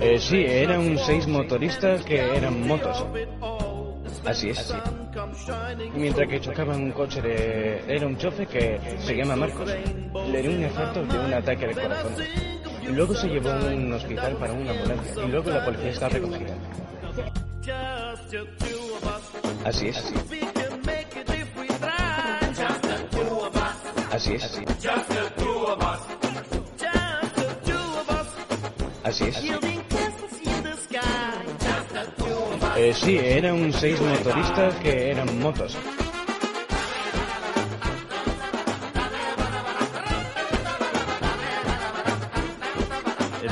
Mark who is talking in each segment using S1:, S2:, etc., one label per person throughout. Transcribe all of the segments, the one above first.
S1: Eh, sí, eran seis motoristas que eran motos.
S2: Así es.
S1: Mientras que chocaban un coche de... Era un chofe que se llama Marcos. Le dio un infarto de un ataque al corazón. Luego se llevó a un hospital para una ambulancia y luego la policía está recogida.
S2: Así es. Así es. Así es.
S1: Eh, sí, eran seis motoristas que eran motos.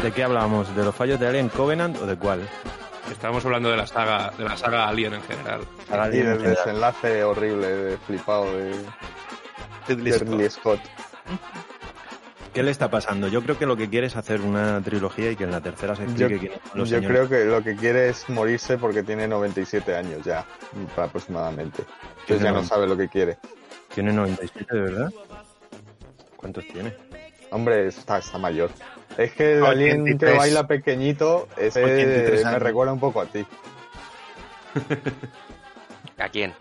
S3: ¿De qué hablábamos? ¿De los fallos de Alien Covenant o de cuál?
S4: Estábamos hablando de la saga, de la saga Alien en general.
S3: Alien
S5: Y
S3: en
S5: del
S3: general.
S5: desenlace horrible, de flipado de
S3: Ridley Scott.
S5: Ridley Scott.
S3: ¿Qué le está pasando? Yo creo que lo que quiere es hacer una trilogía y que en la tercera se
S5: Yo,
S3: explique quiénes son los
S5: yo creo
S3: señores.
S5: que lo que quiere es morirse porque tiene 97 años ya, aproximadamente. Entonces ya no
S3: no-
S5: sabe lo que quiere.
S3: Tiene 97, de verdad. ¿Cuántos tiene?
S5: Hombre, está, está mayor. Es que el
S3: 83.
S5: alien que baila pequeñito, ese
S3: 83
S5: me
S3: años.
S5: recuerda un poco a ti.
S6: ¿A quién?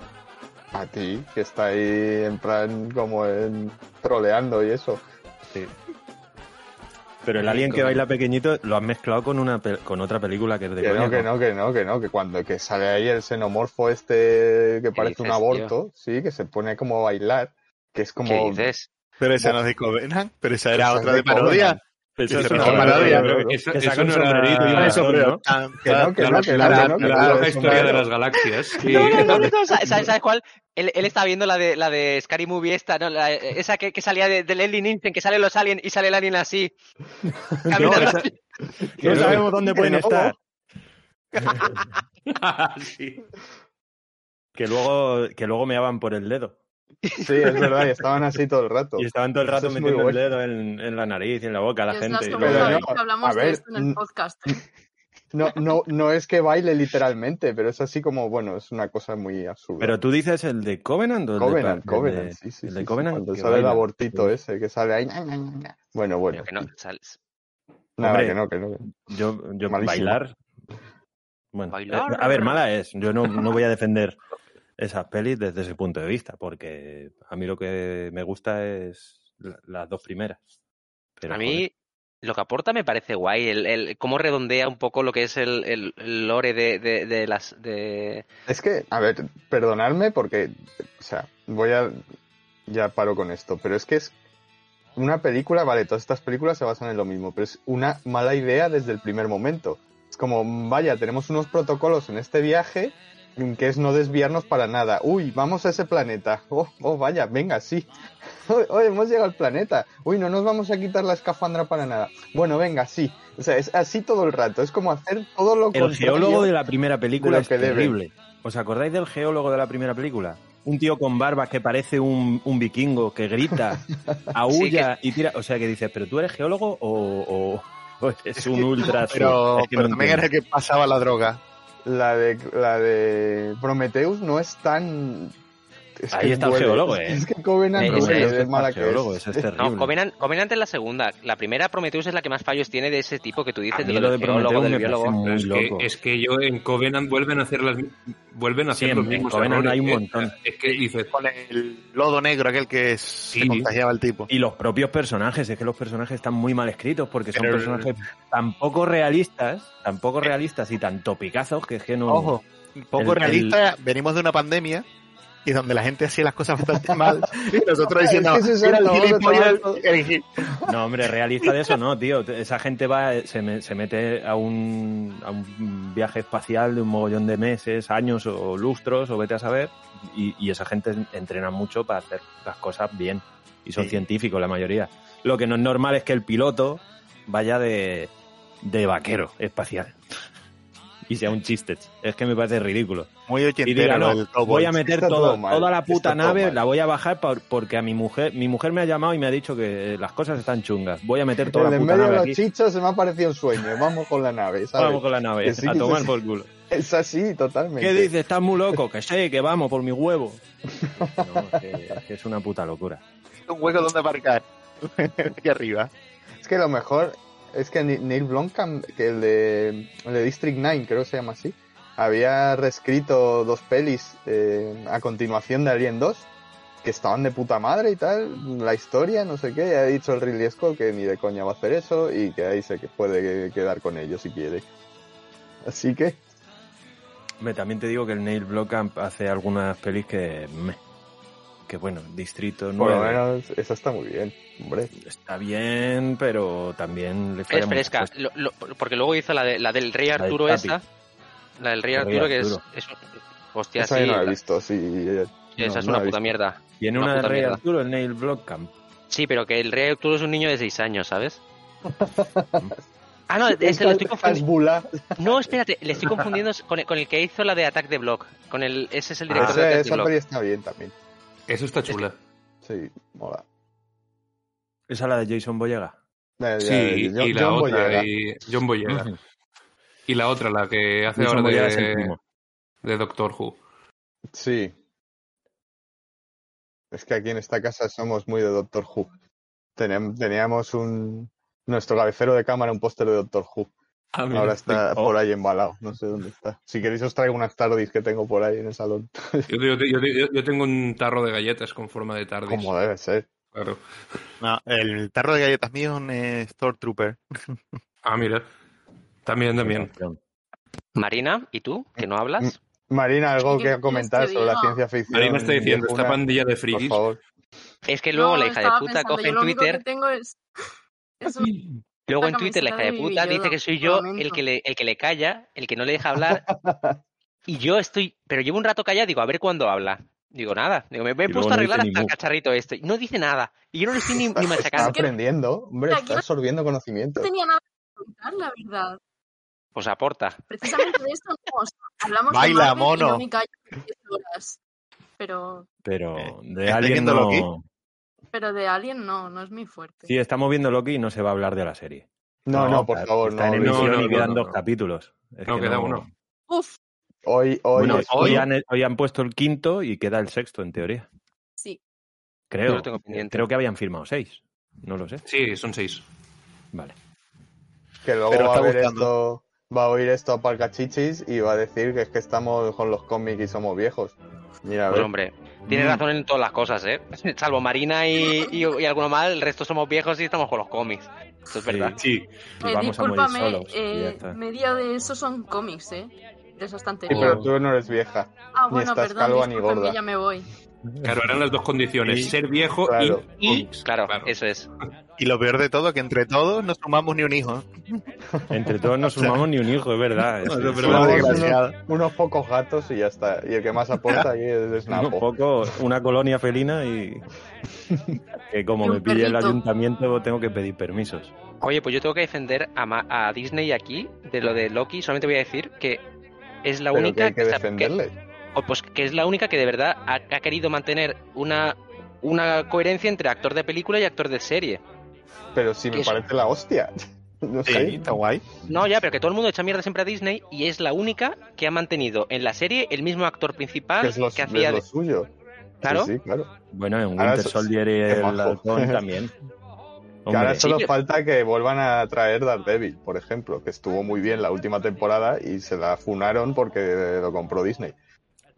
S5: A ti, que está ahí en plan como en, troleando y eso.
S3: Sí. Pero el alien que baila pequeñito lo has mezclado con una pel- con otra película que es de
S5: Que
S3: coña,
S5: no, que no, que no, que no, que cuando que sale ahí el xenomorfo este que parece un
S6: dices,
S5: aborto, sí, que se pone como a bailar, que es
S6: ¿Qué
S5: como...
S6: dices?
S7: Pero esa no es de Covenant, pero esa era
S5: Esa
S7: otra
S5: es de
S7: de
S5: Covenant.
S7: parodia.
S3: Eso
S7: Esa es
S3: es una
S7: una
S5: no,
S7: parodia.
S5: no, no,
S7: bro.
S5: no.
S4: Eso,
S3: Que
S4: eso
S3: saca un
S4: no era
S3: sombrerito y
S4: la,
S3: una
S7: Eso,
S3: razón,
S7: bro.
S3: ¿no?
S7: Tan-
S5: Que no, que no, que no,
S7: la-
S5: que no, que
S7: la-
S5: no,
S4: la
S5: que
S4: loca
S5: no.
S4: historia de las galaxias. Sí.
S6: No, no, no, no, no, ¿sabes, sabes- sabes cuál? Él, él está viendo la de, la de Scary Movie esta, ¿no? La- esa que, que salía de, del Alien Instinct, que salen los aliens y sale el alien así. Caminando
S3: esa-
S6: así.
S3: No sabemos dónde pueden
S5: no.
S3: estar.
S4: Sí.
S3: Que luego, que luego meaban por el dedo.
S5: Sí, es verdad, y estaban así todo el rato.
S3: Y estaban todo el
S5: Eso
S3: rato
S5: es muy
S3: metiendo el
S5: bueno.
S3: dedo en, en la nariz y en la boca a la
S8: Dios,
S3: gente.
S8: las
S3: Y
S5: Pero
S3: luego-
S5: no,
S8: comunidades que hablamos
S5: a ver,
S8: de esto en
S5: mm.
S8: el podcast.
S5: No, no, no es que baile literalmente, pero es así como, bueno, es una cosa muy absurda.
S3: Pero tú dices el de Covenant o el de-
S5: Covenant,
S3: el de,
S5: Covenant, sí, sí.
S3: el
S5: sí,
S3: de
S5: sí,
S3: Covenant
S5: Cuando
S3: que
S5: sale el
S3: baila.
S5: abortito ese, que sale ahí. na, na, na, na. Bueno, bueno.
S6: Pero que no, sales.
S5: Nada,
S3: Hombre.
S5: que no, que no. que no.
S3: Yo, yo
S5: Malísimo.
S3: bailar. Bueno,
S6: Bailar.
S3: eh, a ver, mala es. Yo no, no voy a defender esas pelis desde ese punto de vista, porque a mí lo que me gusta es la- las dos primeras. Pero,
S6: A mí lo que aporta me parece guay, el, el cómo redondea un poco lo que es el, el- el lore de, de, de las... De...
S5: Es que, a ver, perdonadme porque, o sea, voy a... Ya paro con esto, pero es que es una película, vale, todas estas películas se basan en lo mismo, pero es una mala idea desde el primer momento. Es como, vaya, tenemos unos protocolos en este viaje que es no desviarnos para nada. Uy, vamos a ese planeta. Oh, oh, vaya, venga, sí. Oh, oh, hemos llegado al planeta. Uy, no nos vamos a quitar la escafandra para nada. Bueno, venga, sí. O sea, es así todo el rato. Es como hacer todo lo
S3: El
S5: contrario.
S3: geólogo de la primera película
S5: de lo
S3: es
S5: que debe.
S3: terrible. ¿Os acordáis del geólogo de la primera película? Un tío con barbas que parece un, un vikingo, que grita, aúlla y tira. O sea, que dices, ¿pero tú eres geólogo o, o- o eres un ultra? azul?".
S7: Pero,
S3: Es que
S7: pero
S3: no
S7: también
S3: entiendo.
S7: era el que pasaba la droga.
S5: La de, la de Prometheus no es tan. es
S3: Ahí
S5: que
S3: está el
S5: duele.
S3: geólogo, eh.
S5: Es que Covenant
S6: Eh,
S3: Ese-
S5: duele,
S3: ese
S5: de
S3: es
S5: mala
S3: el
S5: que
S3: geólogo,
S5: es.
S3: ese es este. terrible.
S6: No, Covenant, Covenant es la segunda. La primera, Prometheus, es la que más fallos tiene de ese tipo que tú
S3: A
S6: dices,
S3: mí
S6: de lo
S3: lo de
S6: del geólogo,
S3: Prometeo
S6: del
S3: me parece
S6: biólogo.
S3: muy
S4: Pero es,
S3: loco.
S4: que, es que yo en Covenant vuelven a hacer las vuelven a hacer los
S3: Siempre, en
S4: mismos
S3: Covenant
S4: errores,
S3: hay un
S4: eh.
S3: montón.
S4: Es que dices,
S7: Con el lodo negro, aquel que se contagiaba el tipo.
S3: Y los propios personajes, es que los personajes están muy mal escritos porque son
S4: Pero-
S3: personajes tan poco realistas, tan poco realistas y tan topicazos que es que no.
S7: Ojo, poco
S3: El-
S7: realista, venimos de una pandemia y donde la gente hacía las cosas bastante mal. Y nosotros diciendo,
S5: Es que eso
S7: "Mira el
S5: es todo,
S7: gilipollas,
S5: todo, todo".
S7: el gi-".
S3: No, hombre, realista de eso no, tío. Esa gente va, se, me- se mete a un, a un viaje espacial de un mogollón de meses, años o lustros, o vete a saber. Y, y esa gente entrena mucho para hacer las cosas bien. Y son
S7: Sí.
S3: científicos la mayoría. Lo que no es normal es que el piloto vaya de, de vaquero espacial. Y sea un chiste. Es que me parece ridículo.
S7: Muy
S3: Y
S7: ochentero
S3: diga, no,
S7: el Cowboy.
S3: voy a meter
S5: Está
S3: todo,
S5: todo mal,
S3: toda la
S5: está
S3: puta
S5: todo
S3: nave,
S5: mal.
S3: la voy a bajar por- porque a mi mujer, mi mujer me ha llamado y me ha dicho que eh, las cosas están chungas. Voy a meter toda
S5: El
S3: la
S5: en
S3: puta
S5: medio de
S3: nave
S5: los
S3: aquí.
S5: chichos se me ha parecido un sueño. Vamos con la nave, ¿sabes?
S3: Vamos con la nave,
S5: Que sí,
S3: a
S5: que
S3: tomar
S5: sí.
S3: por culo.
S5: Es así, totalmente.
S3: ¿Qué dices? Estás muy loco, que sé, que vamos por mi huevo. No, es que, es que es una puta locura.
S7: un hueco donde aparcar. Aquí arriba.
S5: Es que lo mejor es que Ni- Neil Blomkamp, que el de, el de District 9, creo que se llama así, había reescrito dos pelis eh, a continuación de Alien 2, que estaban de puta madre y tal, la historia, no sé qué, ha dicho el Ridley Scott que ni de coña va a hacer eso y que ahí se que- puede quedar con ellos si quiere. Así que,
S3: Hombre, también te digo que el Neil Blomkamp hace algunas pelis que... meh. que bueno, Distrito
S6: Pues
S5: por lo
S3: 9
S5: menos, esa está muy bien, hombre.
S3: está bien, pero también le falla Pues,
S6: Es
S3: muchas
S6: fresca,
S5: pues
S3: cosas.
S6: lo- lo- porque luego hizo la, de- la del Rey
S3: del
S6: Arturo
S3: Capi.
S6: esta. La del Rey
S3: La del Rey
S6: Arturo, que es,
S3: Arturo.
S6: es- Hostia,
S5: esa
S6: sí,
S5: yo no la he
S6: la-
S5: visto, sí.
S6: esa
S5: no,
S6: es una
S5: no la he
S6: puta
S5: visto.
S6: mierda.
S3: Tiene
S6: Una
S3: una de
S6: puta
S3: Rey
S6: mierda.
S3: Arturo, el Neil Blomkamp.
S6: Sí, pero que el Rey Arturo es un niño de 6 años, ¿sabes? ah, no, este lo estoy
S5: Es
S6: confundiendo.
S5: Bula.
S6: No, espérate, le estoy confundiendo con el, con el que hizo la de Attack the Block. Con el, ese es el director de
S5: Ah, esa
S6: Attack the
S5: esa
S6: Block.
S5: peli está bien también.
S4: Eso está chula.
S5: Sí, mola.
S3: Esa la de Jason Boyega.
S5: Ya, ya,
S4: Sí, y,
S5: John-
S4: y la
S5: John
S4: otra.
S5: Boyega.
S4: Y John Boyega. Y la otra, la que hace
S3: Jason
S4: ahora
S3: Boyega es el
S4: de,
S3: primo.
S4: de Doctor Who.
S5: Sí. Es que aquí en esta casa somos muy de Doctor Who. Tenem- Teníamos un. Nuestro cabecero de cámara, un póster de Doctor Who.
S4: Ah,
S5: Ahora está
S3: Oh.
S5: por ahí embalado. No sé dónde está. Si queréis, os traigo unas tardis que tengo por ahí en el salón.
S4: Yo, yo- yo- yo- yo tengo un tarro de galletas con forma de tardis.
S5: Como debe ser.
S4: Claro.
S7: No, el tarro de galletas mío es un eh, Stormtrooper.
S4: Ah, mira. También, también.
S6: Marina, ¿y tú? ¿Que no
S5: Mm.
S6: hablas?
S5: Marina, algo
S8: ¿Qué
S5: que
S8: quieres
S5: comentar
S8: que
S5: sobre la
S8: diga?
S5: ciencia ficción.
S4: Marina está diciendo, esta
S5: viejuna,
S4: pandilla de
S5: Por
S4: frikis.
S5: favor.
S6: Es que luego
S8: No,
S6: la hija de
S8: estaba
S6: puta
S8: pensando,
S6: coge
S8: yo
S6: en
S8: lo único
S6: Twitter
S8: que tengo es- es un-
S6: Luego en
S8: Esta
S6: Twitter la hija de
S8: camiseta de
S6: puta
S8: Baby
S6: dice
S8: Yoda,
S6: que soy yo
S8: lamento.
S6: el que, le, el que le calla, el que no le deja hablar. y yo estoy, pero llevo un rato callado, digo, a ver cuándo habla. Digo, nada. Digo, me, me he
S3: Y luego
S6: puesto
S3: no
S6: a arreglar
S3: dice ni
S6: hasta el
S3: mu.
S6: cacharrito este. Y No dice nada. Y yo no le estoy ni, ni
S5: Está
S6: machacando.
S5: aprendiendo, hombre,
S8: Aquí
S5: está
S8: no-
S5: absorbiendo conocimiento.
S8: No tenía nada que contar, la verdad.
S6: Pues aporta.
S8: Precisamente de esto no. o sea, hablamos
S7: Baila,
S8: de Marvel y
S7: mono.
S8: no me callo por 10 horas. Pero,
S3: Pero
S7: Eh,
S3: de
S7: ¿estáis
S3: alguien
S7: viendo
S3: no...
S7: Loki?
S8: pero de Alien no, no es mi fuerte.
S3: Sí, estamos viendo Loki y no se va a hablar de la serie.
S5: No, no, por
S3: está-
S5: favor,
S3: Está en
S5: no.
S4: el-
S5: Luis.
S3: emisión
S4: No, no,
S3: y
S4: no,
S3: quedan
S4: no,
S3: dos
S4: no.
S3: capítulos. Es
S4: No,
S3: que
S4: queda uno.
S8: Uf,
S5: Hoy, hoy,
S3: Bueno, hoy,
S5: hoy-
S3: han, hoy han puesto el quinto y queda el sexto, en teoría.
S8: sí.
S6: Yo
S3: Creo.
S6: lo tengo pendiente.
S3: Creo que habían firmado seis. No lo sé.
S4: Sí, son seis.
S3: Vale.
S5: que luego
S7: Pero
S5: va a
S7: está
S5: ver
S7: gustando.
S5: esto, va a oír esto a Parcachichis y va a decir que es que estamos con los cómics y somos viejos. Mira, a
S6: Pues
S5: ver.
S6: hombre,
S7: Mm.
S6: tienes razón en todas las cosas, ¿eh? Salvo Marina y, y, y alguno más, el resto somos viejos y estamos con los cómics. Eso es verdad.
S4: Sí.
S3: Y
S8: Eh,
S3: vamos a morir
S8: discúlpame,
S3: solos. y ya
S8: eh,
S3: está.
S8: media de eso son cómics, ¿eh? De esos
S5: Sí, pero
S8: anteriores.
S5: tú no eres vieja.
S8: Ah, bueno,
S5: estás
S8: perdón,
S5: calva ni
S8: discúlpame,
S5: gorda.
S8: ya me voy.
S4: Claro, eran las dos condiciones.
S7: Sí.
S4: Ser viejo
S5: Claro.
S4: y,
S6: Y,
S4: cómics.
S6: claro, eso es.
S7: Y lo peor de todo, que entre todos no sumamos ni un hijo.
S3: Entre todos no sumamos ni un hijo, es verdad.
S4: No,
S3: Es-
S4: eso es
S3: es una
S4: verdad.
S5: Somos
S3: desgracia.
S5: unos, unos pocos gatos y ya está. Y el que más aporta ahí es
S3: Un
S5: Snapo.
S3: poco, una colonia felina y que como
S8: Y un
S3: me pide el
S8: perrito.
S3: ayuntamiento tengo que pedir permisos.
S6: Oye, pues yo tengo que defender a, Ma- a Disney aquí de lo de Loki. Solamente voy a decir que es la
S5: Pero que
S6: única
S5: hay que
S6: se-
S5: defenderle.
S6: O, pues que es la única que de verdad ha, ha querido mantener una, una coherencia entre actor de película y actor de serie.
S5: Pero si
S6: Y
S5: me
S6: eso-
S5: parece la hostia. No sé.
S7: está guay.
S6: No, ya, pero que todo el mundo echa mierda siempre a Disney y es la única que ha mantenido en la serie el mismo actor
S5: que
S6: principal
S5: es lo,
S6: que
S5: es
S6: hacía
S5: lo
S6: de-
S5: suyo.
S6: Claro.
S5: Sí, sí, claro.
S3: Bueno, en
S5: Ahora
S3: Winter
S5: so-
S3: Soldier y
S5: qué
S3: el
S5: majo.
S3: Halcón también.
S5: Que ahora
S3: Hombre,
S5: solo
S6: sí.
S5: falta que vuelvan a traer Daredevil, por ejemplo, que estuvo muy bien la última temporada y se la funaron porque lo compró Disney.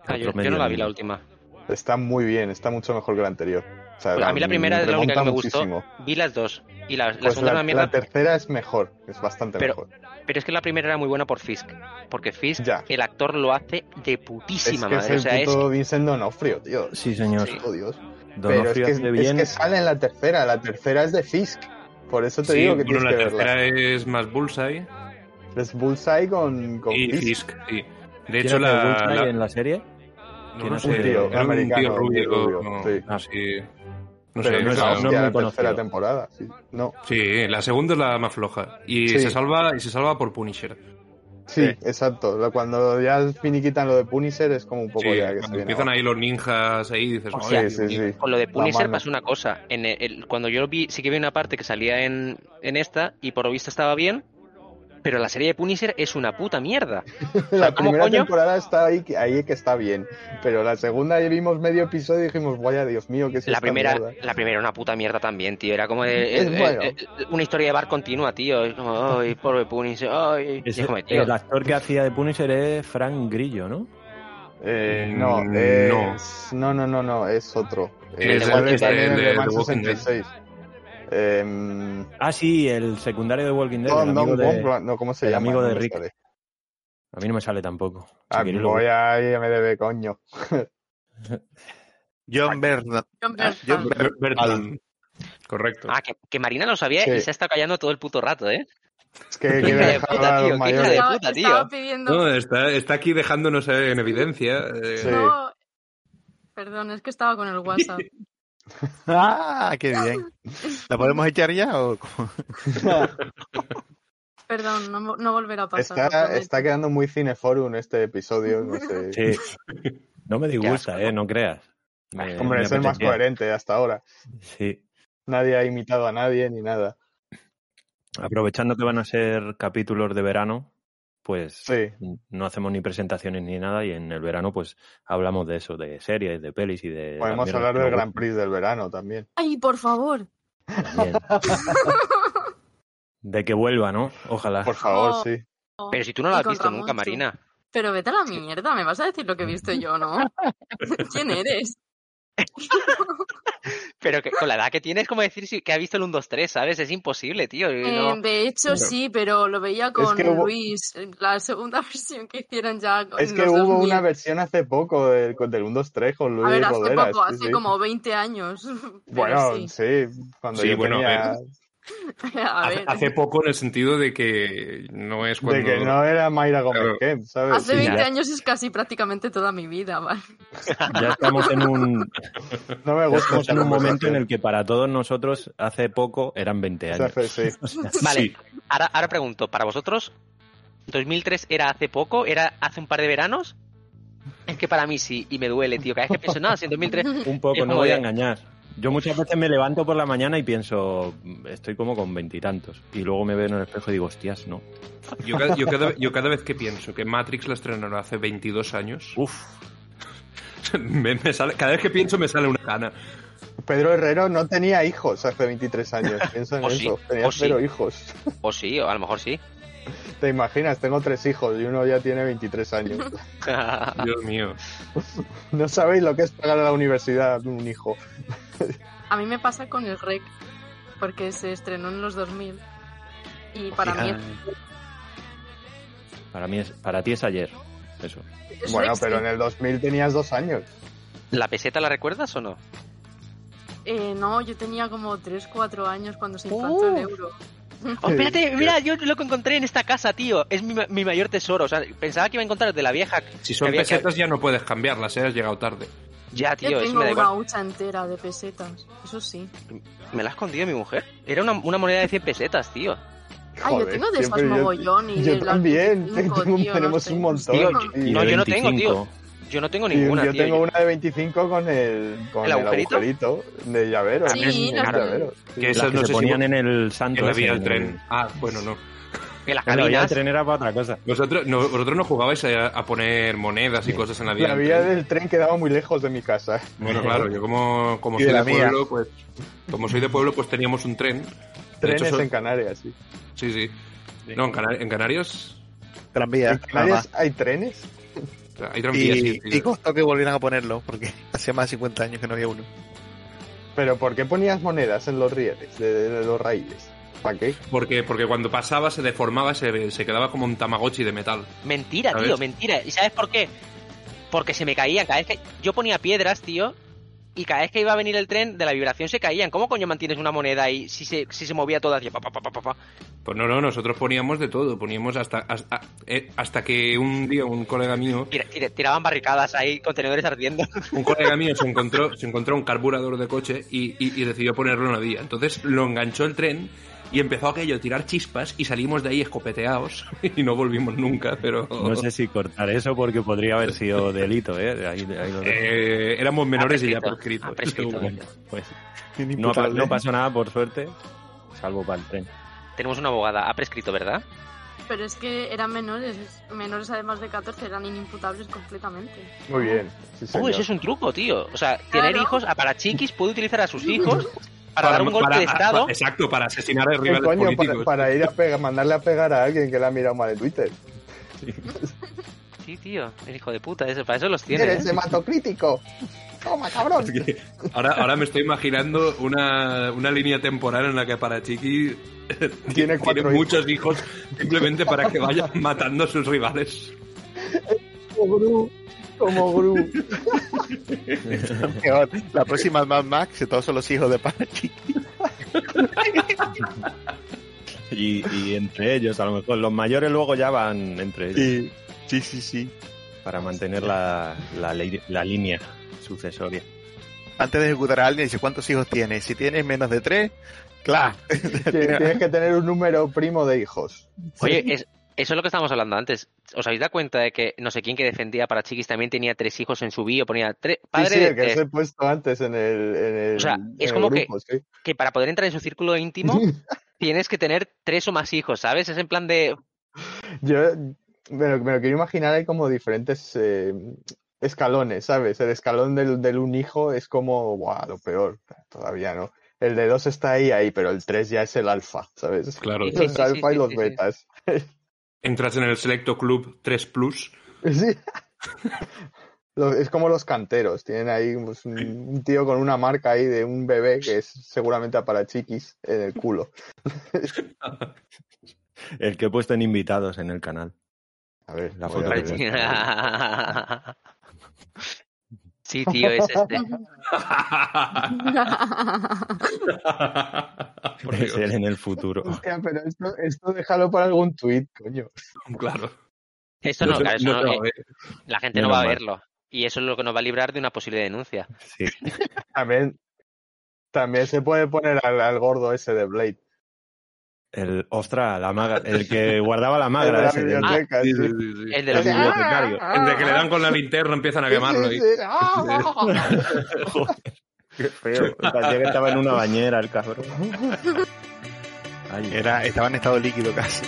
S6: Ah, yo,
S3: otro
S6: yo no la vi
S3: medio.
S6: la última.
S5: Está muy bien, está mucho mejor que la anterior. O sea,
S6: Pues a mí la primera es la única
S5: remonta
S6: que me gustó.
S5: muchísimo.
S6: Vi las dos. Y la, la
S5: Pues
S6: segunda
S5: la,
S6: era una mierda.
S5: la tercera es mejor, es bastante
S6: Pero-
S5: mejor.
S6: pero es que la primera era muy buena por Fisk. Porque Fisk,
S5: Ya.
S6: el actor lo hace de
S5: Es
S6: putísima
S5: que es
S6: madre. O sea,
S5: el
S6: es.
S5: puto Vincent Donofrio, tío.
S3: Sí, señor.
S6: Sí.
S5: Oh, Dios. Pero es
S3: Donofrio
S5: que,
S3: hace
S5: es
S3: bien.
S5: que sale en la tercera, la tercera es de Fisk. Por eso te
S4: Sí,
S5: digo que
S4: bueno,
S5: tienes
S4: la
S5: que verla.
S4: tercera es más Bullseye
S5: Es Bullseye con, con
S4: y
S5: Fisk.
S4: Fisk. sí. De
S3: ¿Quién hace
S4: hecho,
S3: el
S4: la,
S3: Bullseye
S4: la-
S3: en la serie?
S4: no, no
S3: es
S4: sé,
S3: un tío
S4: era un
S5: americano,
S4: tío rubio.
S5: rubio,
S4: no,
S5: sí.
S3: Ah.
S4: sí. No
S5: Pero
S4: sé,
S5: no es
S4: o sea,
S5: la
S3: no es muy
S5: hostia la tercera
S3: conocido.
S5: temporada. sí. No,
S4: Sí, la segunda es la más floja. Y
S5: Sí.
S4: se salva y se salva por Punisher.
S5: sí,
S7: Sí.
S5: exacto. Lo- Cuando ya finiquitan lo de Punisher es como un poco
S4: Sí,
S5: ya que se
S4: cuando
S5: viene
S4: empiezan
S5: abajo.
S4: ahí los ninjas ahí dices,
S6: O
S4: "Ay,
S6: sea,
S4: Dios
S5: sí, sí,
S4: mío".
S5: sí.
S6: Con lo de Punisher
S5: mano.
S6: pasó una cosa. En el, el- cuando yo lo vi, sí que vi una parte que salía en, en esta y por lo visto estaba bien. Pero la serie de Punisher es una puta mierda.
S5: La
S6: ¿cómo
S5: primera
S6: coño?
S5: temporada está ahí, que- ahí que está bien. Pero la segunda ya vimos medio episodio y dijimos, vaya Dios mío, que es
S6: La
S5: esta
S6: primera,
S5: mierda?".
S6: la primera era una puta mierda también, tío. Era como eh,
S5: Es
S6: eh,
S5: bueno.
S6: eh, una historia de bar continua, tío. Es como, ay, pobre Punisher, ay. Y es
S3: Ese-
S6: como, tío,
S3: el actor que hacía de Punisher es Frank Grillo, ¿no?
S5: Eh, no,
S4: Mm,
S5: es- no, no, no, no, es otro.
S6: Es
S5: Eh,
S6: el-
S5: sale
S6: es el-
S5: también en
S4: el-
S5: Le Mans
S4: el Walking Dead.
S5: 66. Em,
S3: Ah, sí, el secundario de Walking Dead.
S5: Don-
S3: el amigo
S5: Don
S3: de-
S5: Gombrand, no, ¿cómo se
S3: el
S5: llama?
S3: amigo
S5: No
S3: de
S5: me
S3: Rick.
S5: sale.
S3: A mí no me sale tampoco. Si
S5: Ah,
S3: queréis lo
S5: voy a IMDB, coño.
S7: John Bernard.
S8: John
S7: Ah,
S8: Bernthal.
S4: Ber- Bertrand. Correcto.
S6: Ah, que, que Marina lo sabía
S5: Sí.
S6: y se ha estado callando todo el puto rato, ¿eh?
S5: Es que
S6: Qué
S5: quiero
S6: hija de
S5: dejar
S6: puta,
S5: a
S6: tío,
S5: los
S6: qué hija
S5: mayores.
S6: de-
S8: Estaba,
S6: puta, tío.
S8: estaba pidiendo.
S4: No, está, está aquí dejándonos en evidencia. eh,
S5: Sí.
S8: No, Perdón, es que estaba con el WhatsApp.
S7: Ah, qué bien. ¿La podemos echar ya o cómo?
S8: Perdón, no, no volverá a pasar. lo
S5: Está,
S8: prometo.
S5: está quedando muy cineforum este episodio. No sé.
S3: Sí. No me disgusta, ¿eh? No creas. Me-
S5: Hombre,
S3: me
S5: es el más
S3: apetecía.
S5: coherente hasta ahora.
S3: Sí.
S5: Nadie ha imitado a nadie ni nada.
S3: Aprovechando que van a ser capítulos de verano, pues
S5: Sí,
S3: no hacemos ni presentaciones ni nada y en el verano pues hablamos de eso, de series, de pelis y de...
S5: podemos
S3: las mierdas
S5: hablar
S3: que
S5: del
S3: nos
S5: Grand Prix del verano también.
S8: Ay, por favor.
S3: gustan también. de que vuelva, ¿no? Ojalá.
S5: Por favor,
S8: Oh.
S5: sí.
S6: Pero si tú no lo
S8: Y
S6: has
S8: con
S6: visto
S8: Ramón,
S6: nunca,
S8: sí.
S6: Marina.
S8: Pero vete a la mierda, me vas a decir lo que he visto yo, ¿no? ¿Quién eres?
S6: Pero que con la edad que tienes, como decir si- que ha visto el 1, 2, 3, ¿sabes? Es imposible, tío. y
S8: Eh,
S6: no-
S8: de hecho, sí, pero lo veía con
S5: que hubo-
S8: Luis, en la segunda versión que hicieron ya. con
S5: Es que
S8: los
S5: hubo
S8: 2000.
S5: una versión hace poco del, del 1, 2, 3 con
S8: A
S5: Luis
S8: ver, hace
S5: Roderas.
S8: poco,
S5: sí,
S8: hace
S5: sí.
S8: como 20 años. Pero
S5: Bueno,
S8: sí.
S5: sí, cuando
S4: Sí,
S5: yo
S4: bueno,
S5: tenía...
S4: a
S8: A
S4: hace,
S8: ver,
S4: hace poco en el sentido de que no es cuando...
S5: De que no era Mayra Gómez
S4: Claro.
S5: Kemp, ¿sabes?
S8: hace
S5: Sí.
S8: 20
S3: ya.
S8: años es casi prácticamente toda mi vida, ¿vale?
S3: Ya estamos en un,
S5: No me
S3: ya
S5: gusta
S3: estamos
S5: esta
S3: en un momento
S5: conversación.
S3: en el que para todos nosotros hace poco eran 20 años.
S5: O sea, sí.
S3: O sea,
S6: Vale, ahora, ahora pregunto, para vosotros, ¿2003 era hace poco? ¿Era hace un par de veranos? Es que para mí sí, y me duele, tío. Cada vez que pienso, no, si en 2003...
S3: Un poco,
S6: Es
S3: no
S6: como
S3: voy a
S6: de-
S3: engañar. Yo muchas veces me levanto por la mañana y pienso, "Mm, estoy como con veintitantos. Y, luego me veo en el espejo y digo, hostias, no.
S4: Yo, ca- yo cada, yo cada vez que pienso que Matrix la estrenaron hace 22 años,
S3: Uf,
S4: me- me sale- cada vez que pienso me sale una gana.
S5: Pedro Herrero no tenía hijos hace 23 años, piensa en
S6: O sí,
S5: eso. Tenía
S6: o sí.
S5: cero hijos.
S6: O sí, o a lo mejor sí.
S5: ¿Te imaginas? Tengo tres hijos y uno ya tiene 23 años.
S4: Dios mío.
S5: No sabéis lo que es pagar a la universidad un hijo.
S8: A mí me pasa con el REC, porque se estrenó en los 2000. Y para mí
S3: para, mí es, para ti es ayer. Eso.
S8: es
S5: Bueno,
S8: Rex,
S5: pero en el 2000 tenías dos años.
S6: ¿La peseta la recuerdas o no?
S8: eh, no, yo tenía como 3, 4 años cuando se implantó el euro.
S6: Oh, espérate, mira, yo lo que encontré en esta casa, tío. Es mi, ma- mi mayor tesoro. O sea, pensaba que iba a encontrar de la vieja.
S4: Si son
S6: que había-
S4: pesetas ya no puedes cambiarlas, ¿eh? has llegado tarde.
S6: Ya,
S8: yo
S6: tío, eso
S8: tengo
S6: me da
S8: una
S6: igual.
S8: hucha entera de pesetas, eso sí.
S6: ¿Me la ha escondido mi mujer? Era una, una moneda de 100 pesetas, tío.
S8: Ah, yo
S5: Joder,
S8: tengo de
S5: siempre
S8: esas
S5: yo-
S8: mogollón y
S5: yo
S8: de las
S5: también,
S8: 25,
S5: tengo-
S8: tío, no
S5: tenemos
S8: sé.
S5: un montón.
S6: Tío,
S5: Y-
S6: no,
S3: De
S6: yo no tengo,
S3: 25.
S6: Yo no tengo
S5: y
S6: ninguna,
S5: yo
S6: tío.
S5: tengo una de 25 con el, con
S6: ¿El
S5: el
S6: agujerito?
S5: agujerito? de llavero.
S8: Sí,
S5: Un
S8: las-
S5: llavero.
S4: Que
S3: Las
S4: esas
S3: que
S4: no
S3: se
S4: sé si
S3: ponían en el santo.
S4: en la
S3: ese,
S4: vía del
S3: en el-
S4: tren. Ah, bueno, no.
S6: Que las
S3: En la vía del
S6: cabinas...
S3: tren era para otra cosa.
S4: Vosotros no, vosotros no jugabais a, a poner monedas y cosas en la vía
S5: La
S4: del
S5: vía
S4: tren.
S5: del tren quedaba muy lejos de mi casa.
S4: Bueno, claro, yo como, como
S7: Y de
S4: soy de
S7: la mía.
S4: pueblo, pues... Como soy de pueblo, pues teníamos un tren. De
S5: Trenes
S4: hecho, so-
S5: en Canarias, sí.
S4: Sí, sí. No, en, Cana- en Canarias...
S7: Tranvía.
S5: ¿En Canarias hay trenes?
S4: Hay
S7: nada más.
S4: tranvías, sí,
S7: Y,
S4: sí.
S7: y costó que volvieran a ponerlo porque hacía más de 50 años que no había uno.
S5: ¿Pero por qué ponías monedas en los rieles, de, de los raíles? ¿Para qué?
S4: Porque, porque cuando pasaba se deformaba, se, se quedaba como un tamagotchi de metal.
S6: Mentira,
S4: ¿Sabes?
S6: tío, mentira. ¿Y sabes por qué? Porque se me caían. Cada vez que yo ponía piedras, tío, y cada vez que iba a venir el tren, de la vibración se caían. ¿Cómo coño mantienes una moneda ahí si se, si se movía toda hacia pa, pa, pa, pa, pa, pa?
S4: Pues no, no, nosotros poníamos de todo, poníamos hasta hasta, eh, hasta que un día un colega mío,
S6: Tira- tira- tiraban barricadas ahí, contenedores ardiendo.
S4: un colega mío se encontró, se encontró un carburador de coche y, y- y decidió ponerlo en la vía. Entonces lo enganchó el tren y empezó aquello a tirar chispas y salimos de ahí escopeteados y no volvimos nunca, pero
S3: No sé si cortar eso porque podría haber sido delito, ¿eh? Ahí- ahí lo dejo.
S4: eh, éramos menores y ya
S6: prescrito,
S4: prescrito.
S6: ha prescrito.
S4: eh,
S3: Bueno, pues,
S2: Eh,
S3: no, pa- no pasó nada, por suerte, salvo para el tren.
S6: Tenemos una abogada, ha prescrito, ¿verdad?
S8: Pero es que eran menores, menores además de 14, eran inimputables completamente.
S5: Muy bien. Sí,
S6: Uh,
S5: señor.
S6: eso es un truco, tío. O sea, tener
S8: Claro.
S6: hijos, a para chiquis puede utilizar a sus hijos para, dar un golpe
S2: para-
S6: de estado.
S2: para- exacto, para asesinar a
S5: ¿Qué
S2: rivales
S5: coño?
S2: políticos.
S5: Para, para ir a pegar, mandarle a pegar a alguien que la ha mirado mal en Twitter.
S6: Sí, tío, el hijo de puta, ese, para eso los tiene.
S5: ¡Eres
S6: ¿eh?
S5: hematocrítico! ¡Toma, cabrón!
S2: Así que ahora, ahora me estoy imaginando una, una línea temporal en la que para Chiqui tiene,
S5: cuatro hijos.
S2: muchos hijos simplemente para que vayan matando a sus rivales.
S5: Como Gru. Como Gru.
S7: Peor. La próxima es Mad Max, que todos son los hijos de Panachi.
S3: Y, y entre ellos, a lo mejor. Los mayores luego ya van entre ellos
S7: Sí, sí, sí, sí.
S3: para mantener la, la, ley- la línea sucesoria.
S7: Antes de ejecutar a alguien, dice cuántos hijos tienes. Si tienes menos de tres, claro.
S5: Tienes tienes que tener un número primo de hijos.
S6: Oye, es- eso es lo que estábamos hablando antes. ¿Os habéis dado cuenta de que no sé quién que defendía para chiquis también tenía tres hijos en su bio? Ponía tres,
S5: Sí,
S6: padre
S5: sí, el
S6: de eh,
S5: que os
S6: tres,
S5: he puesto antes en el. en el-
S6: O sea,
S5: en
S6: es
S5: el
S6: como que-
S5: grupo, sí.
S6: que para poder entrar en su círculo íntimo tienes que tener tres o más hijos, ¿sabes? Es en plan de.
S5: Yo me lo, me lo quiero imaginar, hay como diferentes eh, escalones, ¿sabes? El escalón del, del un hijo es como, guau, lo peor, todavía no. El de dos está ahí, ahí, pero el tres ya es el alfa, ¿sabes?
S2: Claro.
S6: Sí, sí,
S5: Los
S6: sí,
S5: alfa y
S6: sí,
S5: los
S6: sí, sí.
S5: betas.
S2: Entras en el selecto club 3 Plus.
S5: Sí. Los- es como los canteros, tienen ahí pues, un, un tío con una marca ahí de un bebé que es seguramente para chiquis en el culo.
S3: El que he puesto en invitados en el canal.
S5: A ver,
S3: La
S5: voy a
S3: foto
S5: ver.
S3: de-
S6: Sí, tío, es este.
S2: Por
S3: Puede
S2: Dios.
S3: ser en el futuro.
S5: Hostia, pero esto, esto déjalo para algún tuit, coño.
S2: Claro.
S6: Esto no,
S2: sé-
S6: claro, eso
S2: no
S6: no-
S2: te va a
S6: eh,
S2: ver.
S6: la gente no
S3: Menos
S6: va a
S3: mal.
S6: verlo. Y eso es lo que nos va a librar de una posible denuncia.
S3: Sí.
S5: También, también se puede poner al, al gordo ese de Blade.
S3: El, ostra, la maga, el que guardaba la
S5: El de
S3: magra.
S5: la
S3: ese, el-
S5: biblioteca,
S4: Ah,
S2: Sí,
S5: sí. "Ah,
S2: sí, sí, sí.
S6: El de los
S3: El bibliotecario.
S2: Entre que le dan con la linterna empiezan a
S5: Sí,
S2: quemarlo.
S5: sí,
S2: y-
S5: sí. ¡Ah!
S3: Qué feo. Parecía que estaba en una bañera el cabrón. Ay,
S7: Era, estaba en estado líquido casi.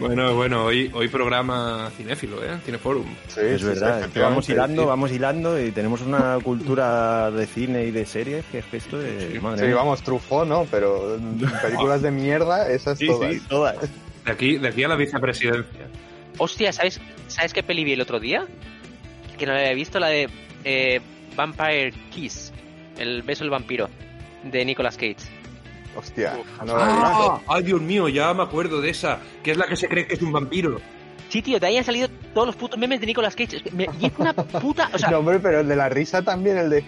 S2: Bueno, bueno, hoy, hoy programa cinéfilo, ¿eh? Tiene forum.
S5: Sí,
S3: es
S5: sí,
S3: verdad,
S5: sí,
S3: vamos
S5: efectivamente,
S3: hilando,
S5: sí.
S3: vamos hilando y tenemos una cultura de cine y de series que es que esto de... madre
S5: Sí,
S3: mía.
S5: vamos, trufó, ¿no? Pero mm, películas de mierda, esas
S3: Sí,
S5: todas.
S3: sí, todas.
S2: De aquí, de aquí a la vicepresidencia.
S6: Hostia, ¿sabes, ¿sabes qué peli vi el otro día? Que no la había visto, la de eh, Vampire Kiss, El beso del vampiro, de Nicolas Cage.
S5: Hostia, no la he visto.
S2: Ah, ¡Ay, Dios mío! Ya me acuerdo de esa, que es la que se cree que es un vampiro.
S6: Sí, tío, de ahí han salido todos los putos memes de Nicolas Cage. Es que me- y es una puta. O sea,
S5: No, hombre, pero el de la risa también, el de.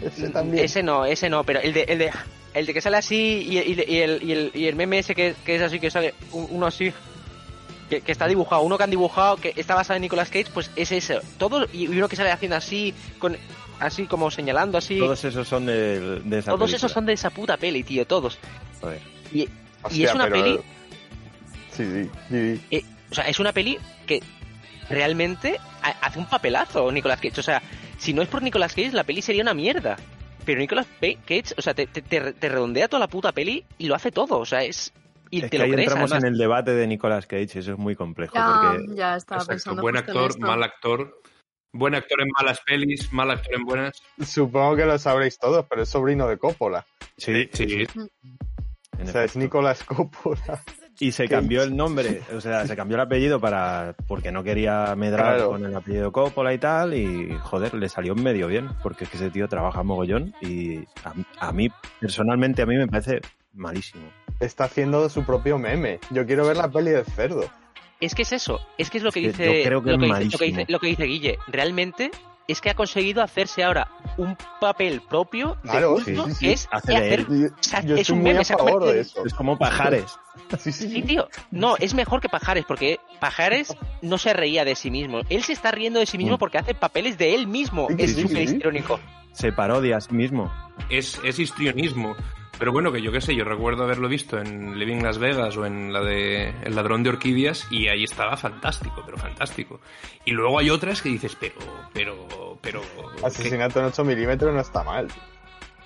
S5: Ese también.
S6: Ese no, ese no, pero el de, el de, el de que sale así y, y- y el, y, el, y el meme ese que, que es así, que sale u- uno así, que, que está dibujado, uno que han dibujado, que está basado en Nicolas Cage, pues es ese. Todo, y y uno que sale haciendo así, con, así como señalando, así.
S3: Todos esos son de, de esa
S6: Todos
S3: película.
S6: esos son de esa puta peli, tío, todos.
S3: Joder.
S6: Y,
S5: O
S6: y es una peli,
S5: Sí, sí, sí, sí.
S6: o sea, es una peli que realmente ha- hace un papelazo Nicolas Cage. O sea, si no es por Nicolas Cage, la peli sería una mierda. Pero Nicolas Pe- Cage, o sea, te, te- te- te redondea toda la puta peli y lo hace todo. O sea, es. Y
S3: Es
S6: te
S3: que
S6: lo
S3: ahí
S6: crees.
S3: entramos
S6: además.
S3: en el debate de Nicolas Cage, eso es muy complejo.
S8: Ya,
S3: porque
S8: ya estaba
S4: Exacto,
S8: pensando.
S4: buen
S8: justo en
S4: actor,
S8: esto.
S4: mal actor. Buen actor en malas pelis, mal actor en buenas.
S5: Supongo que lo sabréis todos, pero es sobrino de Coppola.
S3: Sí,
S4: sí.
S3: en
S5: O sea, es
S3: efecto.
S5: Nicolás Coppola.
S3: Y se
S5: Cage.
S3: cambió el nombre, o sea, se cambió el apellido para porque no quería medrar
S5: Claro.
S3: con el apellido Coppola y tal, y joder, le salió medio bien, porque es que ese tío trabaja mogollón y a, a mí, personalmente, a mí me parece malísimo.
S5: Está haciendo su propio meme. Yo quiero ver la peli del cerdo.
S6: Es que es eso, es que es lo que
S3: Es que
S6: dice,
S3: yo creo que
S6: lo, que dice, lo,
S3: es
S6: que
S3: malísimo.
S6: dice, lo que dice Guille. Realmente es que ha conseguido hacerse ahora un papel propio de
S5: Claro,
S6: culto,
S5: sí, sí, sí.
S6: que es
S3: Hace
S6: y
S3: de
S6: hacer-
S3: él.
S5: Yo,
S6: sea,
S5: yo
S6: es
S5: estoy
S6: un
S5: muy
S6: meme,
S5: a
S6: se ha convertido
S5: favor de
S6: en-
S5: eso.
S3: Es como pajares.
S5: Sí, sí,
S6: Sí,
S5: sí.
S6: tío. No, es mejor que Pajares, porque Pajares no se reía de sí mismo. Él se está riendo de sí mismo
S3: Mm.
S6: porque hace papeles de él mismo.
S5: Sí,
S6: es
S5: sí,
S6: súper
S5: sí.
S6: irónico.
S3: Se parodia a sí mismo.
S4: Es, es histrionismo. Pero bueno, que yo qué sé, yo recuerdo haberlo visto en Living Las Vegas o en la de El ladrón de orquídeas y ahí estaba fantástico, pero fantástico. Y luego hay otras que dices, pero, pero, pero... ¿qué?
S5: Ah, Asesinato en 8 milímetros no está mal.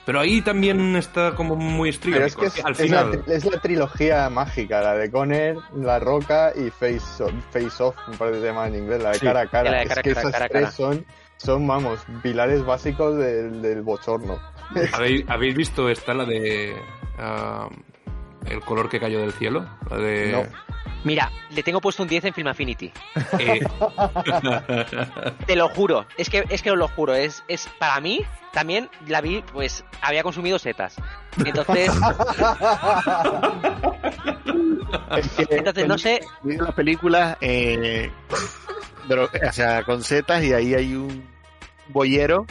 S4: Pero ahí también está como muy
S5: Pero
S4: histriónico.
S5: es que es,
S4: al
S5: es la,
S4: final...
S5: es la trilogía mágica, la de Conner, La Roca y Face Off, Face Off un par de temas en inglés, la de
S3: Sí,
S5: cara a cara.
S6: la de
S5: es
S6: cara a
S5: que
S6: cara,
S5: esas
S6: cara a
S5: tres
S6: cara.
S5: son, son, vamos, pilares básicos del, del bochorno.
S4: ¿Habéis, habéis visto esta, la de... ah, el color que cayó del cielo? La
S6: Eh,
S4: de...
S5: No.
S6: Mira, le tengo puesto un 10 en Film Affinity.
S4: Eh,
S6: Te lo juro. Es que, es que os lo juro. Es, es para mí, también la vi, pues, había consumido setas. Entonces,
S5: Ah, Es que-
S6: entonces no sé.
S7: Vi las películas eh, dro- o sea, con setas y ahí hay un bollero,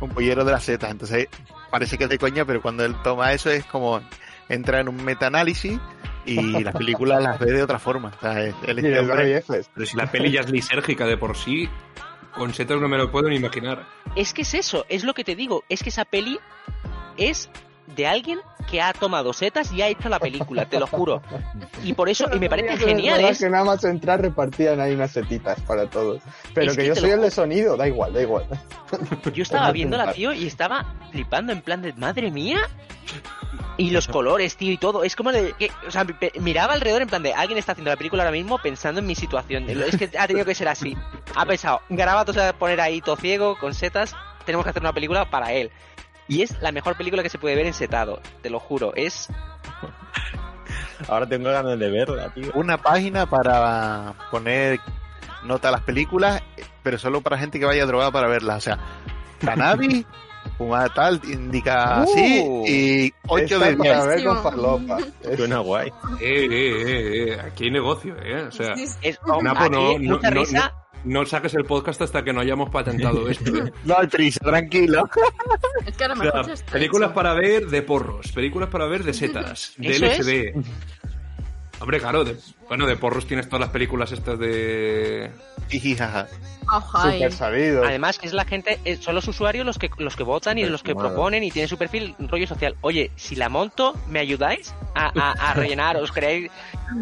S7: un bollero de las setas. Entonces parece que es de coña, pero cuando él toma eso es como entra en un metaanálisis y las películas las ve de otra forma. O sea, él- él
S5: Y
S7: es
S5: les
S7: hombre-
S5: doy Fs.
S4: pero si la peli ya es lisérgica de por sí, con setas no me lo puedo ni imaginar.
S6: Es que es eso, es lo que te digo. Es que esa peli es de alguien que ha tomado setas y ha hecho la película, te lo juro. Y por eso, y me parece
S5: Es verdad
S6: genial, ¿eh? es
S5: que nada más entrar repartían ahí unas setitas para todos. Pero
S6: Es
S5: que,
S6: que
S5: yo
S6: te
S5: soy
S6: lo
S5: el de
S6: juro.
S5: sonido, da igual, da igual.
S6: Yo estaba
S5: Ajá,
S6: viéndola,
S5: triunfar.
S6: tío, y estaba flipando en plan de madre mía. Y los colores, tío, y todo. Es como de que, o sea, pe- miraba alrededor en plan de alguien está haciendo la película ahora mismo pensando en mi situación. Es que ha tenido que ser así. Ha pensado, Garabato se va a poner ahí todo ciego, con setas. Tenemos que hacer una película para él. Y es la mejor película que se puede ver en setado, te lo juro. Es.
S3: Ahora tengo ganas de verla, tío.
S7: una página para poner nota a las películas, pero solo para gente que vaya drogada para verlas. O sea, cannabis, fumada tal, indica así,
S6: Uh,
S7: y 8
S5: Está
S7: de
S5: para
S7: 10.
S5: ver con
S8: Buenísimo.
S5: falopa. Es-
S3: Suena guay.
S4: Eh, eh, eh, eh, aquí hay negocio, ¿eh? O sea,
S8: Sí, sí,
S6: es
S4: Napo,
S6: aquí,
S4: no- no-
S6: mucha
S4: no-
S6: risa.
S4: no saques el podcast hasta que no hayamos patentado esto. ¿eh?
S7: No hay prisa, tranquilo.
S8: Es que a lo
S4: O
S8: mejor
S4: sea,
S8: ya está
S4: películas
S8: hecho.
S4: para ver de porros, películas para ver de setas, de
S6: Eso es.
S4: LSD. Hombre, claro, de- bueno, de porros tienes todas las películas estas de...
S7: Jijijaja.
S8: Ajá, y-
S5: Súper salido.
S6: Además, que es la gente, eh, son los usuarios los que, los que votan y los que
S3: Perfumado.
S6: proponen y tienen su perfil rollo social. Oye, si la monto, ¿me ayudáis a, a, a rellenar? ¿Os creéis?